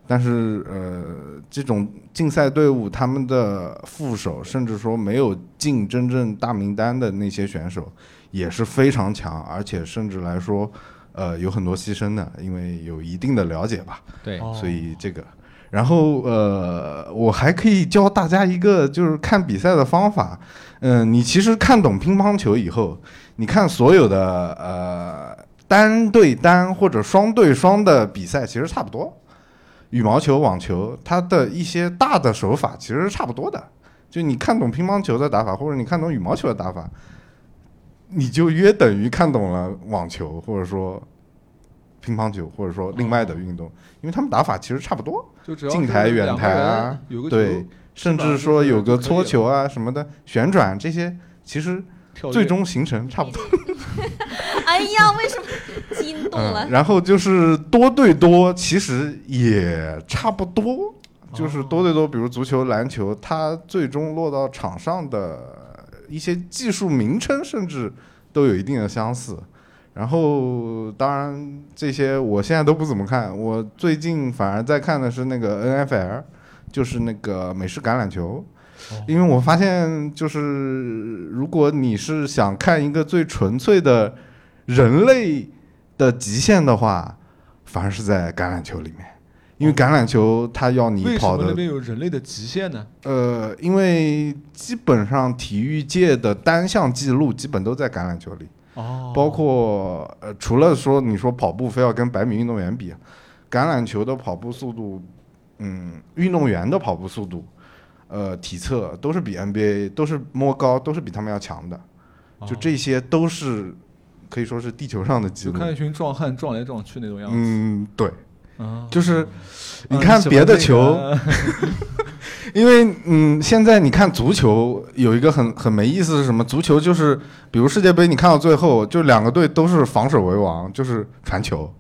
Speaker 17: 但是呃，这种竞赛队伍他们的副手，甚至说没有进真正大名单的那些选手，也是非常强，而且甚至来说，呃，有很多牺牲的，因为有一定的了解吧。
Speaker 4: 对哦
Speaker 17: 所以这个。然后呃，我还可以教大家一个就是看比赛的方法。嗯、你其实看懂乒乓球以后，你看所有的呃单对单或者双对双的比赛，其实差不多。羽毛球、网球，它的一些大的手法其实是差不多的。就你看懂乒乓球的打法，或者你看懂羽毛球的打法，你就约等于看懂了网球，或者说乒乓球，或者说另外的运动，因为他们打法其实差不多，
Speaker 2: 哦就只要
Speaker 17: 近台、
Speaker 2: 是
Speaker 17: 远
Speaker 2: 两个
Speaker 17: 台
Speaker 2: 人
Speaker 17: 啊，
Speaker 2: 有个球
Speaker 17: 对，甚至说有个搓球啊什么的，旋转这些，其实最终形成差不多。
Speaker 3: 哎呀，为什么激动了
Speaker 17: 嗯，？然后就是多对多，其实也差不多，就是多对多，比如足球、篮球，它最终落到场上的一些技术名称，甚至都有一定的相似。然后，当然这些我现在都不怎么看，我最近反而在看的是那个 NFL，就是那个美式橄榄球。因为我发现，就是如果你是想看一个最纯粹的人类的极限的话，反而是在橄榄球里面，因为橄榄球它要你
Speaker 2: 哦为什
Speaker 17: 跑
Speaker 2: 么
Speaker 17: 的
Speaker 2: 那边有人类的极限呢？
Speaker 17: 呃，因为基本上体育界的单项记录基本都在橄榄球里，
Speaker 2: 哦，
Speaker 17: 包括呃，除了说你说跑步非要跟百米运动员比，橄榄球的跑步速度，嗯，运动员的跑步速度，呃，体测都是比 NBA 都是摸高，都是比他们要强的，
Speaker 2: 哦
Speaker 17: 就这些都是可以说是地球上的记
Speaker 2: 就
Speaker 17: 录。
Speaker 2: 看一群壮汉撞来撞去那种样子。
Speaker 17: 嗯，对，
Speaker 2: 啊
Speaker 17: 就是你
Speaker 2: 啊
Speaker 17: 看
Speaker 2: 喜欢
Speaker 17: 别的
Speaker 2: 那 *laughs*
Speaker 17: 球
Speaker 2: 个，
Speaker 17: *laughs* 因为嗯，现在你看足球有一个很很没意思是什么？足球就是，比如世界杯，你看到最后，就两个队都是防守为王，就是传球。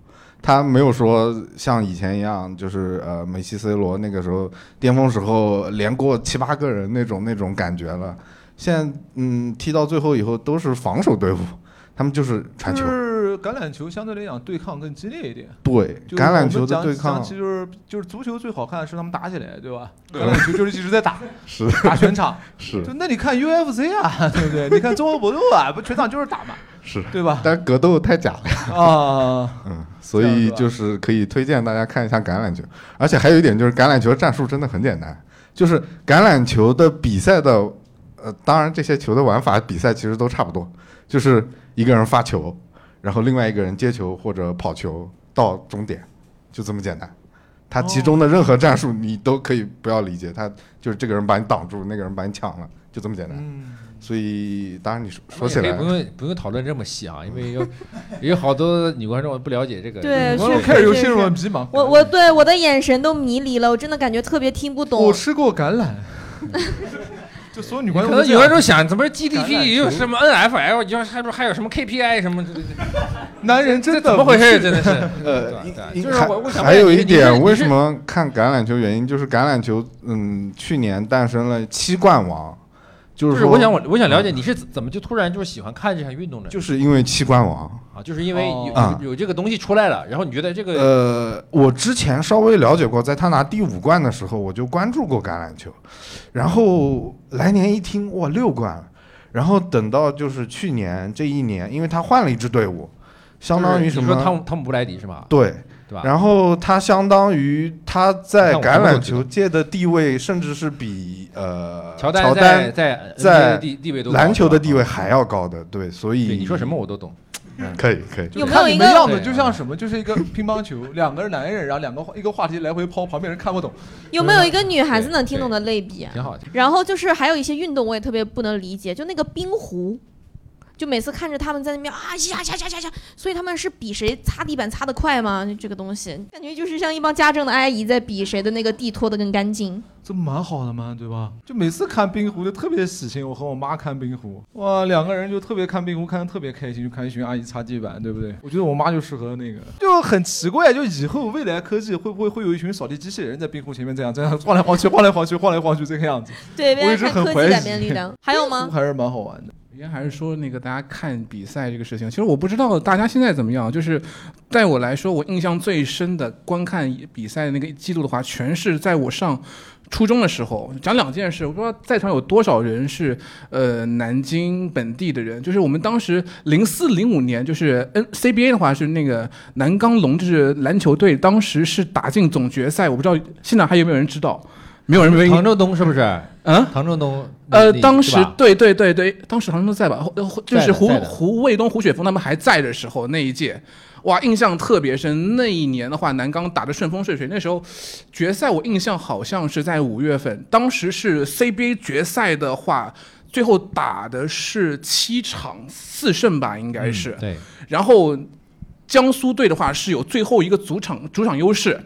Speaker 17: 他没有说像以前一样，就是呃，梅西、C 罗那个时候巅峰时候连过七八个人那种那种感觉了。现在嗯，踢到最后以后都是防守队伍，他们就是传球
Speaker 2: 就。是橄榄球相对来讲对抗更激烈一点。
Speaker 17: 对
Speaker 2: 就
Speaker 17: 橄榄
Speaker 2: 我
Speaker 17: 球
Speaker 2: 们
Speaker 17: 的
Speaker 2: 讲
Speaker 17: 对
Speaker 2: 讲
Speaker 17: 抗
Speaker 2: 其实就是就是足球最好看的是他们打起来，对吧？
Speaker 17: 对
Speaker 2: 橄榄球就是一直在打，
Speaker 17: *laughs* 是
Speaker 2: 打全场，
Speaker 17: *laughs* 是
Speaker 2: 就那你看 UFC 啊， *laughs* 对不对？你看综合搏斗啊，不全场就是打嘛。
Speaker 17: 是
Speaker 2: 对吧？
Speaker 17: 但格斗太假了呀。
Speaker 2: 啊，
Speaker 17: 嗯，所以就是可以推荐大家看一下橄榄球，而且还有一点就是橄榄球战术真的很简单，就是橄榄球的比赛的，呃，当然这些球的玩法比赛其实都差不多，就是一个人发球，然后另外一个人接球或者跑球到终点，就这么简单。他其中的任何战术你都可以不要理解，他就是这个人把你挡住，那个人把你抢了，就这么简单。
Speaker 2: 嗯
Speaker 17: 所以当然你说说起
Speaker 4: 也可
Speaker 17: 来，
Speaker 4: 以不用不用讨论这么细啊，因为有有好多女观众不了解这个。
Speaker 3: 对
Speaker 4: 我
Speaker 3: 是是是是
Speaker 2: 迷茫
Speaker 3: 我我对我的眼神都迷离了，我真的感觉特别听不懂。
Speaker 2: 我吃过橄榄，就所有女观众
Speaker 4: 可
Speaker 2: 都
Speaker 4: 能
Speaker 2: 这
Speaker 4: 有
Speaker 2: 样
Speaker 4: 人就想，怎么
Speaker 2: 橄榄
Speaker 4: GDP 又
Speaker 2: 球
Speaker 4: 什么 NFL，就还不还有什么 KPI 什么之类的？
Speaker 2: *laughs* 男人真的
Speaker 4: 这怎么回事？真
Speaker 2: *laughs*
Speaker 4: 的是
Speaker 17: 呃
Speaker 4: 对吧对吧
Speaker 17: 因
Speaker 4: 就是
Speaker 17: 还
Speaker 4: 我我想
Speaker 17: 还有一点，为
Speaker 4: 为
Speaker 17: 什么看橄榄球？原因就是橄榄球，嗯，去年诞生了七冠王，就
Speaker 4: 就是
Speaker 17: 说嗯
Speaker 4: 我想我我想了解你是怎怎么就突然就是喜欢看这项运动的？
Speaker 17: 就是因为七冠王。
Speaker 4: 啊，就是因为有
Speaker 17: 啊
Speaker 4: 有有这个东西出来了，然后你觉得这个
Speaker 17: 呃，我之前稍微了解过，在他拿第五冠的时候，我就关注过橄榄球，然后来年一听，哇，六冠了，然后等到就是去年这一年，因为他换了一支队伍，相当于
Speaker 4: 就是
Speaker 17: 什
Speaker 4: 你
Speaker 17: 么？
Speaker 4: 说汤姆汤姆布莱迪是吗？
Speaker 17: 对，
Speaker 4: 对吧？
Speaker 17: 然后他相当于他在
Speaker 4: 你
Speaker 17: 橄
Speaker 4: 看我什么
Speaker 17: 榄
Speaker 4: 都知道
Speaker 17: 球界的地位，甚至是比呃
Speaker 4: 乔丹
Speaker 17: 乔
Speaker 4: 在在
Speaker 17: 丹
Speaker 4: NBA 的
Speaker 17: 在
Speaker 4: 地地位都高
Speaker 17: 篮球的
Speaker 4: 是吧
Speaker 17: 地位还要高的。对，所以
Speaker 4: 你说什么我都懂。
Speaker 17: 可以可以，
Speaker 2: 就看你们样子就
Speaker 4: 对
Speaker 2: 像什么，就是一个乒乓球，两个男人，然后两个话一个话题来回抛，旁边人看不懂。
Speaker 3: 有没有一个女孩子能听懂的类比、
Speaker 4: 挺
Speaker 2: 啊
Speaker 4: 好的。
Speaker 3: 然后就是还有一些运动我也特别不能理解，就那个冰壶，就每次看着他们在那边啊呀呀呀呀呀，所以他们是比谁擦地板擦得快吗？这个东西感觉就是像一帮家政的阿姨在比谁的那个地拖得更干净。
Speaker 2: 这不蛮好的吗？对吧？就每次看冰壶就特别喜庆，我和我妈看冰壶，哇，两个人就特别看冰壶，看的特别开心，就看一群阿姨擦地板，对不对？我觉得我妈就适合那个，就很奇怪，就以后未来科技会不会会有一群扫地机器人在冰壶前面这样这样晃来晃去，晃来晃去，晃来晃去这个样子？
Speaker 3: *laughs* 对，为
Speaker 2: 我
Speaker 3: 了
Speaker 2: 一直
Speaker 3: 看
Speaker 2: 很
Speaker 3: 科
Speaker 2: 怀
Speaker 3: 技
Speaker 2: 疑 *laughs*
Speaker 3: 改变力量。还有
Speaker 2: 冰壶
Speaker 3: 吗？
Speaker 2: 还是蛮好玩的。
Speaker 13: 应该还是说那个大家看比赛这个事情，其实我不知道大家现在怎么样，就是在我来说，我印象最深的观看比赛的那个记录的话，全是在我上。初中的时候讲两件事，我不知道在场有多少人是呃南京本地的人，就是我们当时零四零五年，就是 N CBA 的话是那个南钢龙，就是篮球队，当时是打进总决赛，我不知道现场还有没有人知道，没有人愿意。
Speaker 4: 唐振东是不是？
Speaker 13: 嗯，
Speaker 4: 唐振东，
Speaker 13: 呃，
Speaker 4: 你
Speaker 13: 当
Speaker 4: 是
Speaker 13: 时
Speaker 4: 吧
Speaker 13: 对对对对，当时好像都在吧，后呃后就
Speaker 4: 在
Speaker 13: 是
Speaker 4: 的
Speaker 13: 胡
Speaker 4: 在的
Speaker 13: 胡卫东、胡雪峰他们还在的时候那一届，哇，印象特别深。那一年的话，南钢打得顺风顺水，那时候决赛我印象好像是在五月份，当时是 CBA 决赛的话，最后打的是七场四胜吧，应该是。
Speaker 4: 嗯对，
Speaker 13: 然后江苏队的话是有最后一个主场主场优势。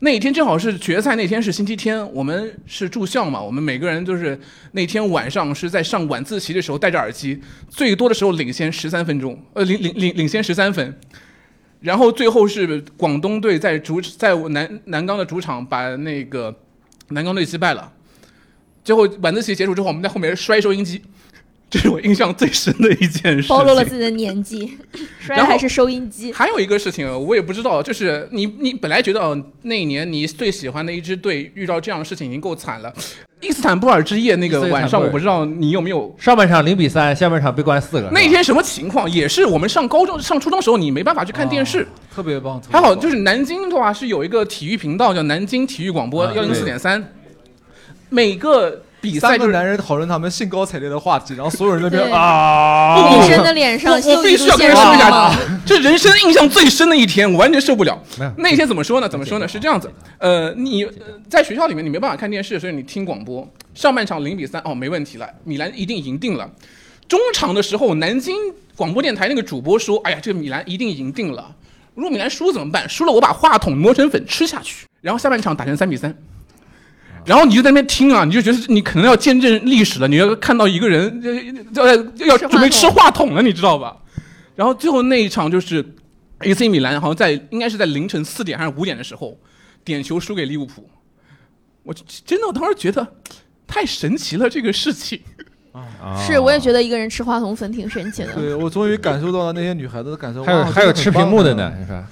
Speaker 13: 那一天正好是决赛，那天是星期天，我们是住校嘛，我们每个人就是那天晚上是在上晚自习的时候戴着耳机，最多的时候领先十三分钟，呃，领领领领先十三分，然后最后是广东队在主在我南南钢的主场把那个南钢队击败了，最后晚自习结束之后，我们在后面摔收音机，这是我印象最深的一件事情。
Speaker 3: 暴露了自己的年
Speaker 13: *laughs*
Speaker 3: 纪，摔
Speaker 13: 然后
Speaker 3: 还是收音机。
Speaker 13: 还有一个事情，我也不知道，就是你你本来觉得哦，那一年你最喜欢的一支队遇到这样的事情已经够惨了。伊斯坦布尔之夜那个晚上，我不知道你有没有
Speaker 4: 上半场零比三，下半场被关四个，
Speaker 13: 那天什么情况，也是我们上高中、上初中时候，你没办法去看电视。
Speaker 2: 哦
Speaker 4: 特别棒，特别
Speaker 13: 还好
Speaker 4: 棒
Speaker 13: 就是南京的话是有一个体育频道叫南京体育广播
Speaker 2: 啊
Speaker 13: 幺零四
Speaker 2: 对
Speaker 13: 点三，每个比赛
Speaker 2: 三
Speaker 13: 就
Speaker 2: 个
Speaker 13: 是
Speaker 2: 男人讨论他们兴高采烈的话题，然后所有人都变
Speaker 13: 对
Speaker 2: 啊，
Speaker 13: 不
Speaker 3: 女生的脸上
Speaker 13: 我
Speaker 3: 秀
Speaker 13: 我必
Speaker 3: 一出
Speaker 13: 须要跟
Speaker 3: 现
Speaker 13: 人说一
Speaker 3: 什
Speaker 13: 下
Speaker 3: 么？，
Speaker 13: *laughs* 这人生印象最深的一天，我完全受不了
Speaker 4: 没有。
Speaker 13: 那一天怎么说呢？怎么说呢？是这样子，呃，你呃在学校里面你没办法看电视，所以你听广播。上半场零比三，哦，没问题了，米兰一定赢定了。中场的时候，南京广播电台那个主播说：“哎呀，这个米兰一定赢定了。如果米兰输怎么办？输了我把话筒磨成粉吃下去。”然后下半场打成三比三。然后你就在那边听啊，你就觉得你可能要见证历史了，你要看到一个人要要要准备吃话筒了，你知道吧？然后最后那一场就是 AC 米兰好像在应该是在凌晨四点还是五点的时候，点球输给利物浦。我真的我当时觉得太神奇了这个事情。
Speaker 4: 啊
Speaker 13: 啊
Speaker 3: 是，我也觉得一个人吃话筒粉挺神奇的。
Speaker 2: 对我终于感受到了那些女孩子的感受。
Speaker 4: 还有
Speaker 2: 哇
Speaker 4: 还有
Speaker 2: 真的很
Speaker 4: 吃屏
Speaker 2: 棒
Speaker 4: 幕的
Speaker 2: 啊
Speaker 4: 呢，你说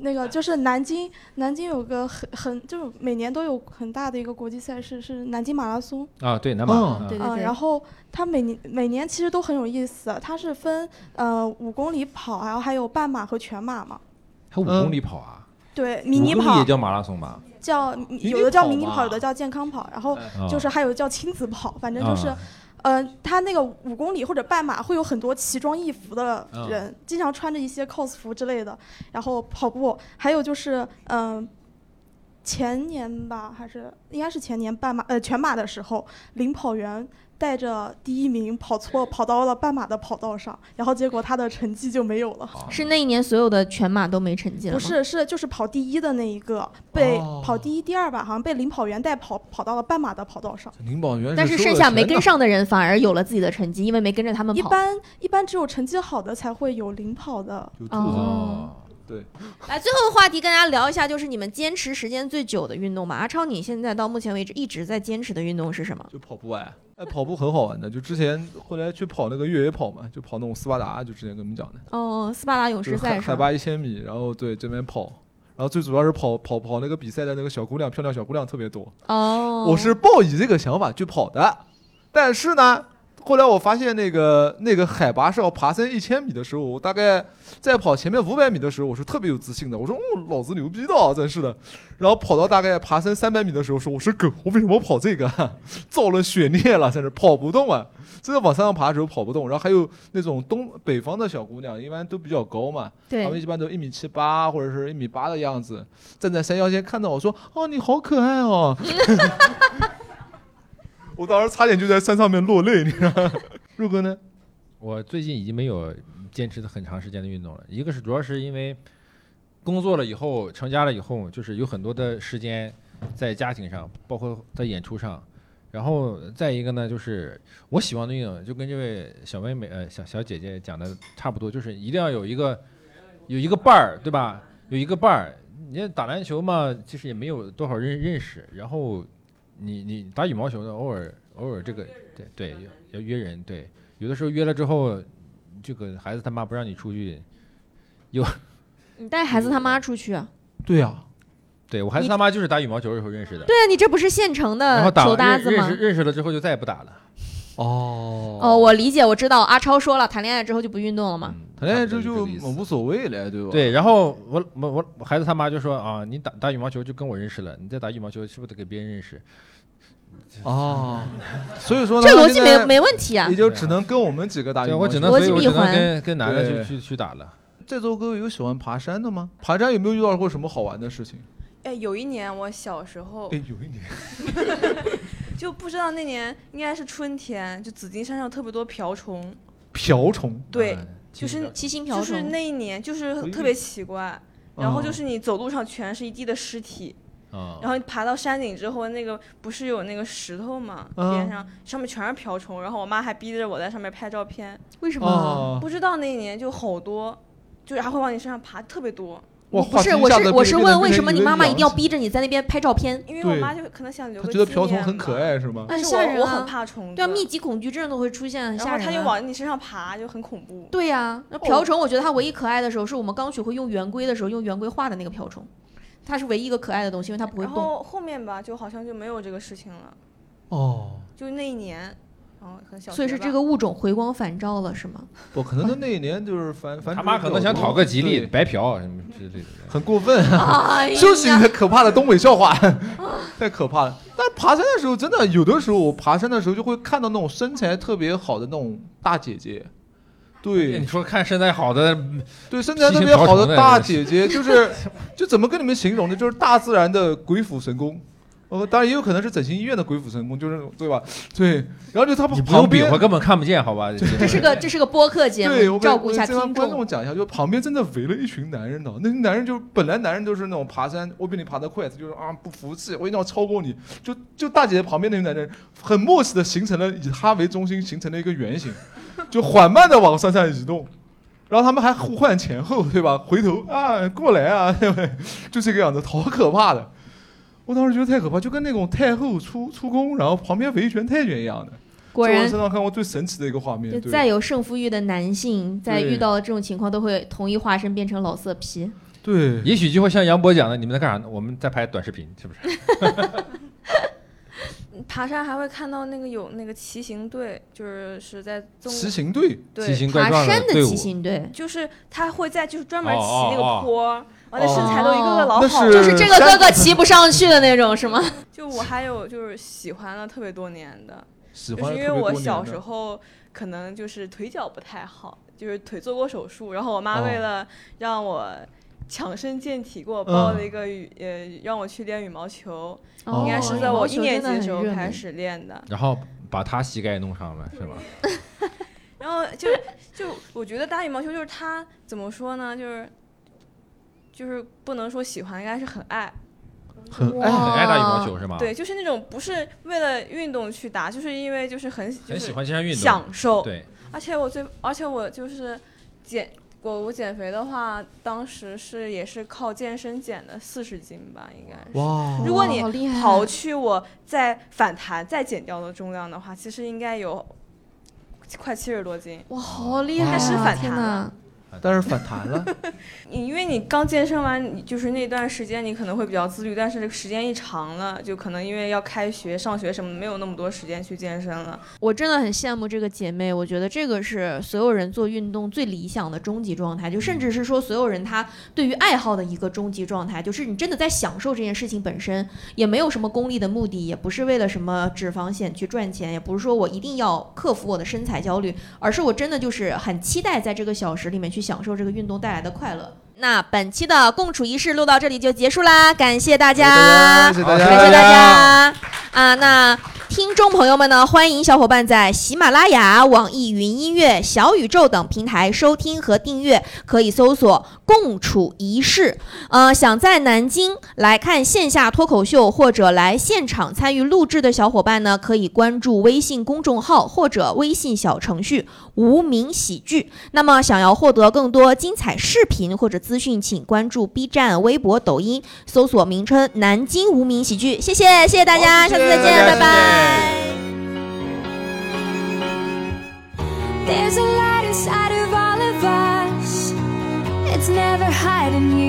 Speaker 15: 那个就是南京，南京有个很很就是每年都有很大的一个国际赛事，是南京马拉松。
Speaker 4: 啊？对，南马，
Speaker 15: 嗯，
Speaker 4: 啊
Speaker 15: 啊然后它每年每年其实都很有意思，它是分呃五公里跑，然后还有半马和全马嘛。
Speaker 4: 还五公里跑啊？
Speaker 15: 对，
Speaker 4: 五
Speaker 15: 迷你
Speaker 4: 公里
Speaker 15: 跑
Speaker 4: 也叫马拉松吧？
Speaker 15: 叫
Speaker 4: 迷
Speaker 15: 有
Speaker 4: 你
Speaker 15: 的叫
Speaker 4: 跑
Speaker 15: 迷你
Speaker 4: 嘛
Speaker 15: 跑，有的叫健康跑，然后
Speaker 4: 嗯
Speaker 15: 就是还有叫亲子跑，反正就是
Speaker 4: 嗯，
Speaker 15: 呃，他那个五公里或者半马会有很多奇装异服的人，经常穿着一些 cos 服之类的，然后跑步，还有就是，嗯、前年吧，还是应该是前年半马呃全马的时候，领跑员带着第一名跑错跑到了半马的跑道上，然后结果他的成绩就没有了。
Speaker 3: 是那一年所有的全马都没成绩了
Speaker 15: 不
Speaker 3: 吗
Speaker 15: 是，是就是跑第一的那一个被、跑第一、第二吧，好像被领跑员带跑跑到了半马的跑道上。
Speaker 2: 领跑员，
Speaker 3: 但是剩下没跟上的人反而有了自己的成绩，因为没跟着他们
Speaker 15: 一
Speaker 3: 跑。
Speaker 15: 般一般只有成绩好的才会有领跑的。嗯
Speaker 3: 哦，
Speaker 2: 对，
Speaker 3: 来，最后的话题跟大家聊一下，就是你们坚持时间最久的运动吧。阿超，你现在到目前为止一直在坚持的运动是什么？
Speaker 2: 就跑步
Speaker 4: 啊
Speaker 2: 哎。哎，跑步很好玩的，就之前后来去跑那个越野跑嘛，就跑那种斯巴达，就之前跟你们讲的，
Speaker 3: 哦，斯巴达勇
Speaker 2: 就
Speaker 3: 士
Speaker 2: 是海
Speaker 3: 赛是
Speaker 2: 海
Speaker 3: 吧？
Speaker 2: 拔一千米，然后对这边跑，然后最主要是跑跑跑那个比赛的那个小姑娘，漂亮小姑娘特别多，
Speaker 3: 哦，
Speaker 2: 我是抱以这个想法去跑的，但是呢，后来我发现那个那个海拔是要爬升一千米的时候，我大概在跑前面五百米的时候，我是特别有自信的，我说哦，老子牛逼的啊，真是的。然后跑到大概爬升三百米的时候，说我是狗，我为什么跑这个啊？造了血孽了，在这跑不动啊！真的往山上爬的时候跑不动。然后还有那种东北方的小姑娘，一般都比较高嘛，
Speaker 18: 对
Speaker 2: 她们一般都一米七八或者是一米八的样子，站在山腰间看到我说哦，你好可爱哦。我当时差点就在山上面落泪，你知
Speaker 3: *laughs*
Speaker 2: 道吗？入哥呢？
Speaker 4: 我最近已经没有坚持的很长时间的运动了，一个是主要是因为工作了以后，成家了以后，就是有很多的时间在家庭上，包括在演出上。然后再一个呢，就是我喜欢的运动，就跟这位小妹妹呃小小姐姐讲的差不多，就是一定要有一个有一个伴儿，对吧？有一个伴儿。你打篮球嘛，其实也没有多少认认识，然后你你打羽毛球呢，偶尔偶尔这个对对要要约人对，有的时候约了之后，这个孩子他妈不让你出去，有
Speaker 3: 你带孩子他妈出去啊？
Speaker 4: 对呀、对我孩子
Speaker 3: 你
Speaker 4: 他妈就是打羽毛球的时候认识的，
Speaker 3: 对啊，你这不是现成
Speaker 4: 然后
Speaker 3: 的
Speaker 4: 打
Speaker 3: 球搭
Speaker 4: 完
Speaker 3: 子
Speaker 4: 认认
Speaker 3: 吗
Speaker 4: 识？认识了之后就再也不打了。 *laughs* 哦
Speaker 3: 哦，我理解，我知道。阿超说了，谈恋爱之后就不运动了嘛。
Speaker 2: 嗯
Speaker 4: 谈恋爱这就无所谓了，对吧对，
Speaker 2: 对
Speaker 4: 然后我我我我孩子他妈就说啊，你打打羽毛球就跟我认识了，你再打羽毛球是不是得给别人认识？ *laughs*
Speaker 2: 哦，所以说
Speaker 3: 这
Speaker 2: 他
Speaker 3: 逻
Speaker 2: 现
Speaker 3: 辑
Speaker 2: 在
Speaker 3: 没没问题啊
Speaker 2: 也就只能跟我们几个打羽
Speaker 4: 对
Speaker 2: 毛球，
Speaker 4: 我只能所以我只能跟跟男的
Speaker 2: 对
Speaker 4: 去去去打了。
Speaker 2: 这周各位有喜欢爬山的吗？爬山有没有遇到过什么好玩的事情？
Speaker 5: 哎，有一年我小时候，
Speaker 2: 哎，有一年，
Speaker 5: *laughs* 就不知道那年应该是春天，就紫金山上有特别多瓢虫，
Speaker 2: 嗯瓢虫，
Speaker 5: 对，
Speaker 4: 哎
Speaker 5: 就是
Speaker 3: 七星瓢
Speaker 5: 就是
Speaker 3: 虫
Speaker 5: 那一年就是特别奇怪，
Speaker 2: 嗯
Speaker 5: 然后就是你走路上全是一地的尸体。
Speaker 4: 啊
Speaker 5: 然后你爬到山顶之后，那个不是有那个石头嘛，
Speaker 4: 嗯
Speaker 5: 边上上面全是瓢虫，然后我妈还逼着我在上面拍照片。
Speaker 3: 为
Speaker 2: 什么哦
Speaker 5: 不知道那一年就好多，就是还会往你身上爬，特别多。
Speaker 2: 哇
Speaker 3: 不是，
Speaker 2: 话题一
Speaker 3: 我
Speaker 2: 下
Speaker 3: 是
Speaker 2: 子
Speaker 3: 我
Speaker 2: 变
Speaker 3: 是
Speaker 2: 成
Speaker 3: 问
Speaker 2: 变
Speaker 3: 为
Speaker 2: 成
Speaker 3: 什么
Speaker 2: 一
Speaker 3: 你
Speaker 2: 个
Speaker 3: 妈妈一
Speaker 2: 养
Speaker 3: 定要
Speaker 2: 殖
Speaker 3: 逼着你在那边拍照片？
Speaker 5: 因为我妈就可能想留
Speaker 2: 他
Speaker 5: 个
Speaker 2: 觉得
Speaker 5: 纪
Speaker 2: 瓢虫
Speaker 5: 念
Speaker 2: 很
Speaker 5: 嘛
Speaker 2: 可爱是吗？
Speaker 5: 但是
Speaker 3: 吓
Speaker 5: 我
Speaker 3: 人
Speaker 5: 我
Speaker 3: 啊
Speaker 5: 很怕虫子，
Speaker 3: 对啊，密集恐惧症都会出现，很
Speaker 5: 然
Speaker 3: 吓
Speaker 5: 后
Speaker 3: 人
Speaker 5: 它就
Speaker 3: 啊
Speaker 5: 往你身上爬，就很恐怖。
Speaker 3: 对呀、那
Speaker 5: 哦
Speaker 3: 瓢虫，我觉得它唯一可爱的时候，是我们刚学会用圆规的时候，用圆规画的那个瓢虫，它是唯一一个可爱的东西，因为它不会
Speaker 5: 然
Speaker 3: 动。
Speaker 5: 后后面吧，就好像就没有这个事情了，
Speaker 2: 哦，
Speaker 5: 就那一年，然后很小。
Speaker 3: 所以是这个物种回光返照了，是吗？
Speaker 2: 我可能他那一年就是
Speaker 4: *laughs*
Speaker 2: 反反
Speaker 4: 他妈可能想 *laughs* 讨个吉利，白嫖啊什么之类的，
Speaker 2: 很过分啊
Speaker 3: *laughs* 哎，呀啊
Speaker 2: 就是你的可怕的东北笑话， *laughs* 太可怕了。但爬山的时候，真的有的时候我爬山的时候就会看到那种身材特别好的那种大姐姐，对，
Speaker 4: 哎你说看身材好的，
Speaker 2: 对身材
Speaker 4: 七
Speaker 2: 特
Speaker 4: 星
Speaker 2: 别
Speaker 4: 瓢
Speaker 2: 好
Speaker 4: 虫
Speaker 2: 的
Speaker 4: 的
Speaker 2: 大姐
Speaker 4: *laughs*
Speaker 2: 姐，就是就怎么跟你们形容呢？就是大自然的鬼斧神工。呃，当然也有可能是整形医院的鬼斧神工，就是对吧？对，然后就他
Speaker 4: 你不用
Speaker 2: 旁
Speaker 4: 比
Speaker 2: 边
Speaker 4: 划，根本看 *laughs* 不见，好吧？
Speaker 3: 这是
Speaker 2: *laughs*
Speaker 3: 个这是个播客节
Speaker 2: 对，
Speaker 3: 目，
Speaker 2: 我
Speaker 3: 照顾一下
Speaker 2: 跟我
Speaker 3: 听
Speaker 2: 跟观
Speaker 3: 众。
Speaker 2: 众讲一下，就旁边真的围了一群男人呢。那些男人就是本来男人都是那种爬山，我比你爬得快，就是啊不服气，我一定要超过你。就就大姐姐旁边那群男人，很默契的形成了以她为中心形成了一个圆形， *laughs* 就缓慢的往山上移动。然后他们还互换前后，对吧？回头啊，过来啊， *laughs* 对不对？就这个样子，好可怕的。我当时觉得太可怕，就跟那种太后出出宫，然后旁边围一圈太监一样的。
Speaker 3: 果
Speaker 2: 这是
Speaker 3: 然
Speaker 2: 我身上看过最神奇的一个画面。
Speaker 3: 就
Speaker 2: 对
Speaker 3: 再有胜负欲的男性，在
Speaker 4: 对
Speaker 3: 遇到了这种情况，都会同一化身变成老色批。
Speaker 2: 对，
Speaker 4: 也许就会像杨博讲的，你们在干啥呢？我们在拍短视频，是不是？
Speaker 5: 爬山还会看到那个有那个骑行队，就是是在纵
Speaker 2: 骑行队
Speaker 5: 对
Speaker 4: 奇形怪状的爬山的队伍骑行
Speaker 3: 队，
Speaker 5: 就是他会在就是专门骑
Speaker 4: 哦哦
Speaker 5: 那个
Speaker 4: 哦
Speaker 5: 坡，完了身材都一个个老
Speaker 3: 那
Speaker 5: 好
Speaker 3: 是
Speaker 5: 了，
Speaker 3: 就是这个哥哥骑不上去的那种，是吗？
Speaker 5: *laughs* 就我还有就是喜欢了特别多年的，
Speaker 2: 喜
Speaker 5: 就
Speaker 2: 欢
Speaker 5: 是
Speaker 2: 了
Speaker 5: 因为
Speaker 2: 特别
Speaker 5: 我
Speaker 2: 多
Speaker 5: 小
Speaker 2: 年的
Speaker 5: 时候可能就是腿脚不太好，就是腿做过手术，然后我妈
Speaker 2: 哦
Speaker 5: 为了让我强身健体，给我报了
Speaker 2: 嗯
Speaker 5: 一个羽、呃让我去练羽毛球，
Speaker 4: 哦
Speaker 5: 应该是
Speaker 4: 羽
Speaker 5: 在
Speaker 4: 毛
Speaker 5: 我
Speaker 4: 球
Speaker 5: 一
Speaker 4: 真
Speaker 5: 年级的
Speaker 4: 的很
Speaker 5: 时候
Speaker 4: 热
Speaker 5: 开
Speaker 4: 门
Speaker 5: 始练的。
Speaker 4: 然后把他膝盖弄伤了，是吧？
Speaker 5: 然后
Speaker 4: *laughs*
Speaker 5: 就就我觉得打羽毛球就是他怎么说呢，就是就是不能说喜欢，应该是很爱。
Speaker 2: 很哎
Speaker 4: 爱很爱打羽毛球是吗？
Speaker 5: 哦对，，就是那种不是为了运动去打，就是因为就是很就是
Speaker 4: 很喜欢这项运动，
Speaker 5: 享受。
Speaker 4: 对，
Speaker 5: 而且我最，而且我就是减我我减肥的话，当时是也是靠健身减的四十斤吧，应该是。
Speaker 2: 哇
Speaker 5: 如果
Speaker 3: 哇好厉
Speaker 5: 你
Speaker 3: 害啊
Speaker 5: 刨去我再反弹再减掉的重量的话，其实应该有快七十多斤。
Speaker 3: 哇，好厉
Speaker 5: 但是
Speaker 3: 害啊
Speaker 5: 反
Speaker 3: 天
Speaker 5: 弹了。
Speaker 2: 但是反弹了，
Speaker 5: 你因为你刚健身完，你就是那段时间你可能会比较自律，但是这个时间一长了，就可能因为要开学、上学什么的，没有那么多时间去健身了。
Speaker 3: 我真的很羡慕这个姐妹，我觉得这个是所有人做运动最理想的终极状态，就甚至是说所有人他对于爱好的一个终极状态，就是你真的在享受这件事情本身，也没有什么功利的目的，也不是为了什么脂肪险去赚钱，也不是说我一定要克服我的身材焦虑，而是我真的就是很期待在这个小时里面去享受这个运动带来的快乐。那本期的共处一室录到这里就结束啦，感谢大家，
Speaker 2: 谢谢大家
Speaker 3: 好感谢大家啊！那听众朋友们呢，欢迎小伙伴在喜马拉雅、网易云音乐、小宇宙等平台收听和订阅，可以搜索“共处一室”。呃，想在南京来看线下脱口秀或者来现场参与录制的小伙伴呢，可以关注微信公众号或者微信小程序“无名喜剧”。那么，想要获得更多精彩视频或者资讯，请关注 B 站、微博、抖音，搜索名称“南京无名喜剧”。谢谢，谢谢大家，下次再见，拜拜。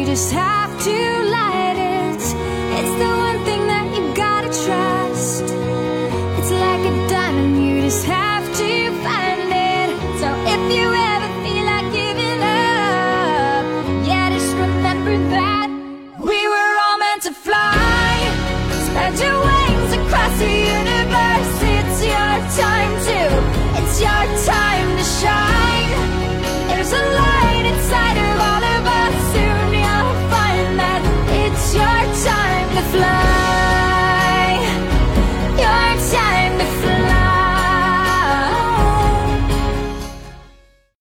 Speaker 18: just have to light it. It's the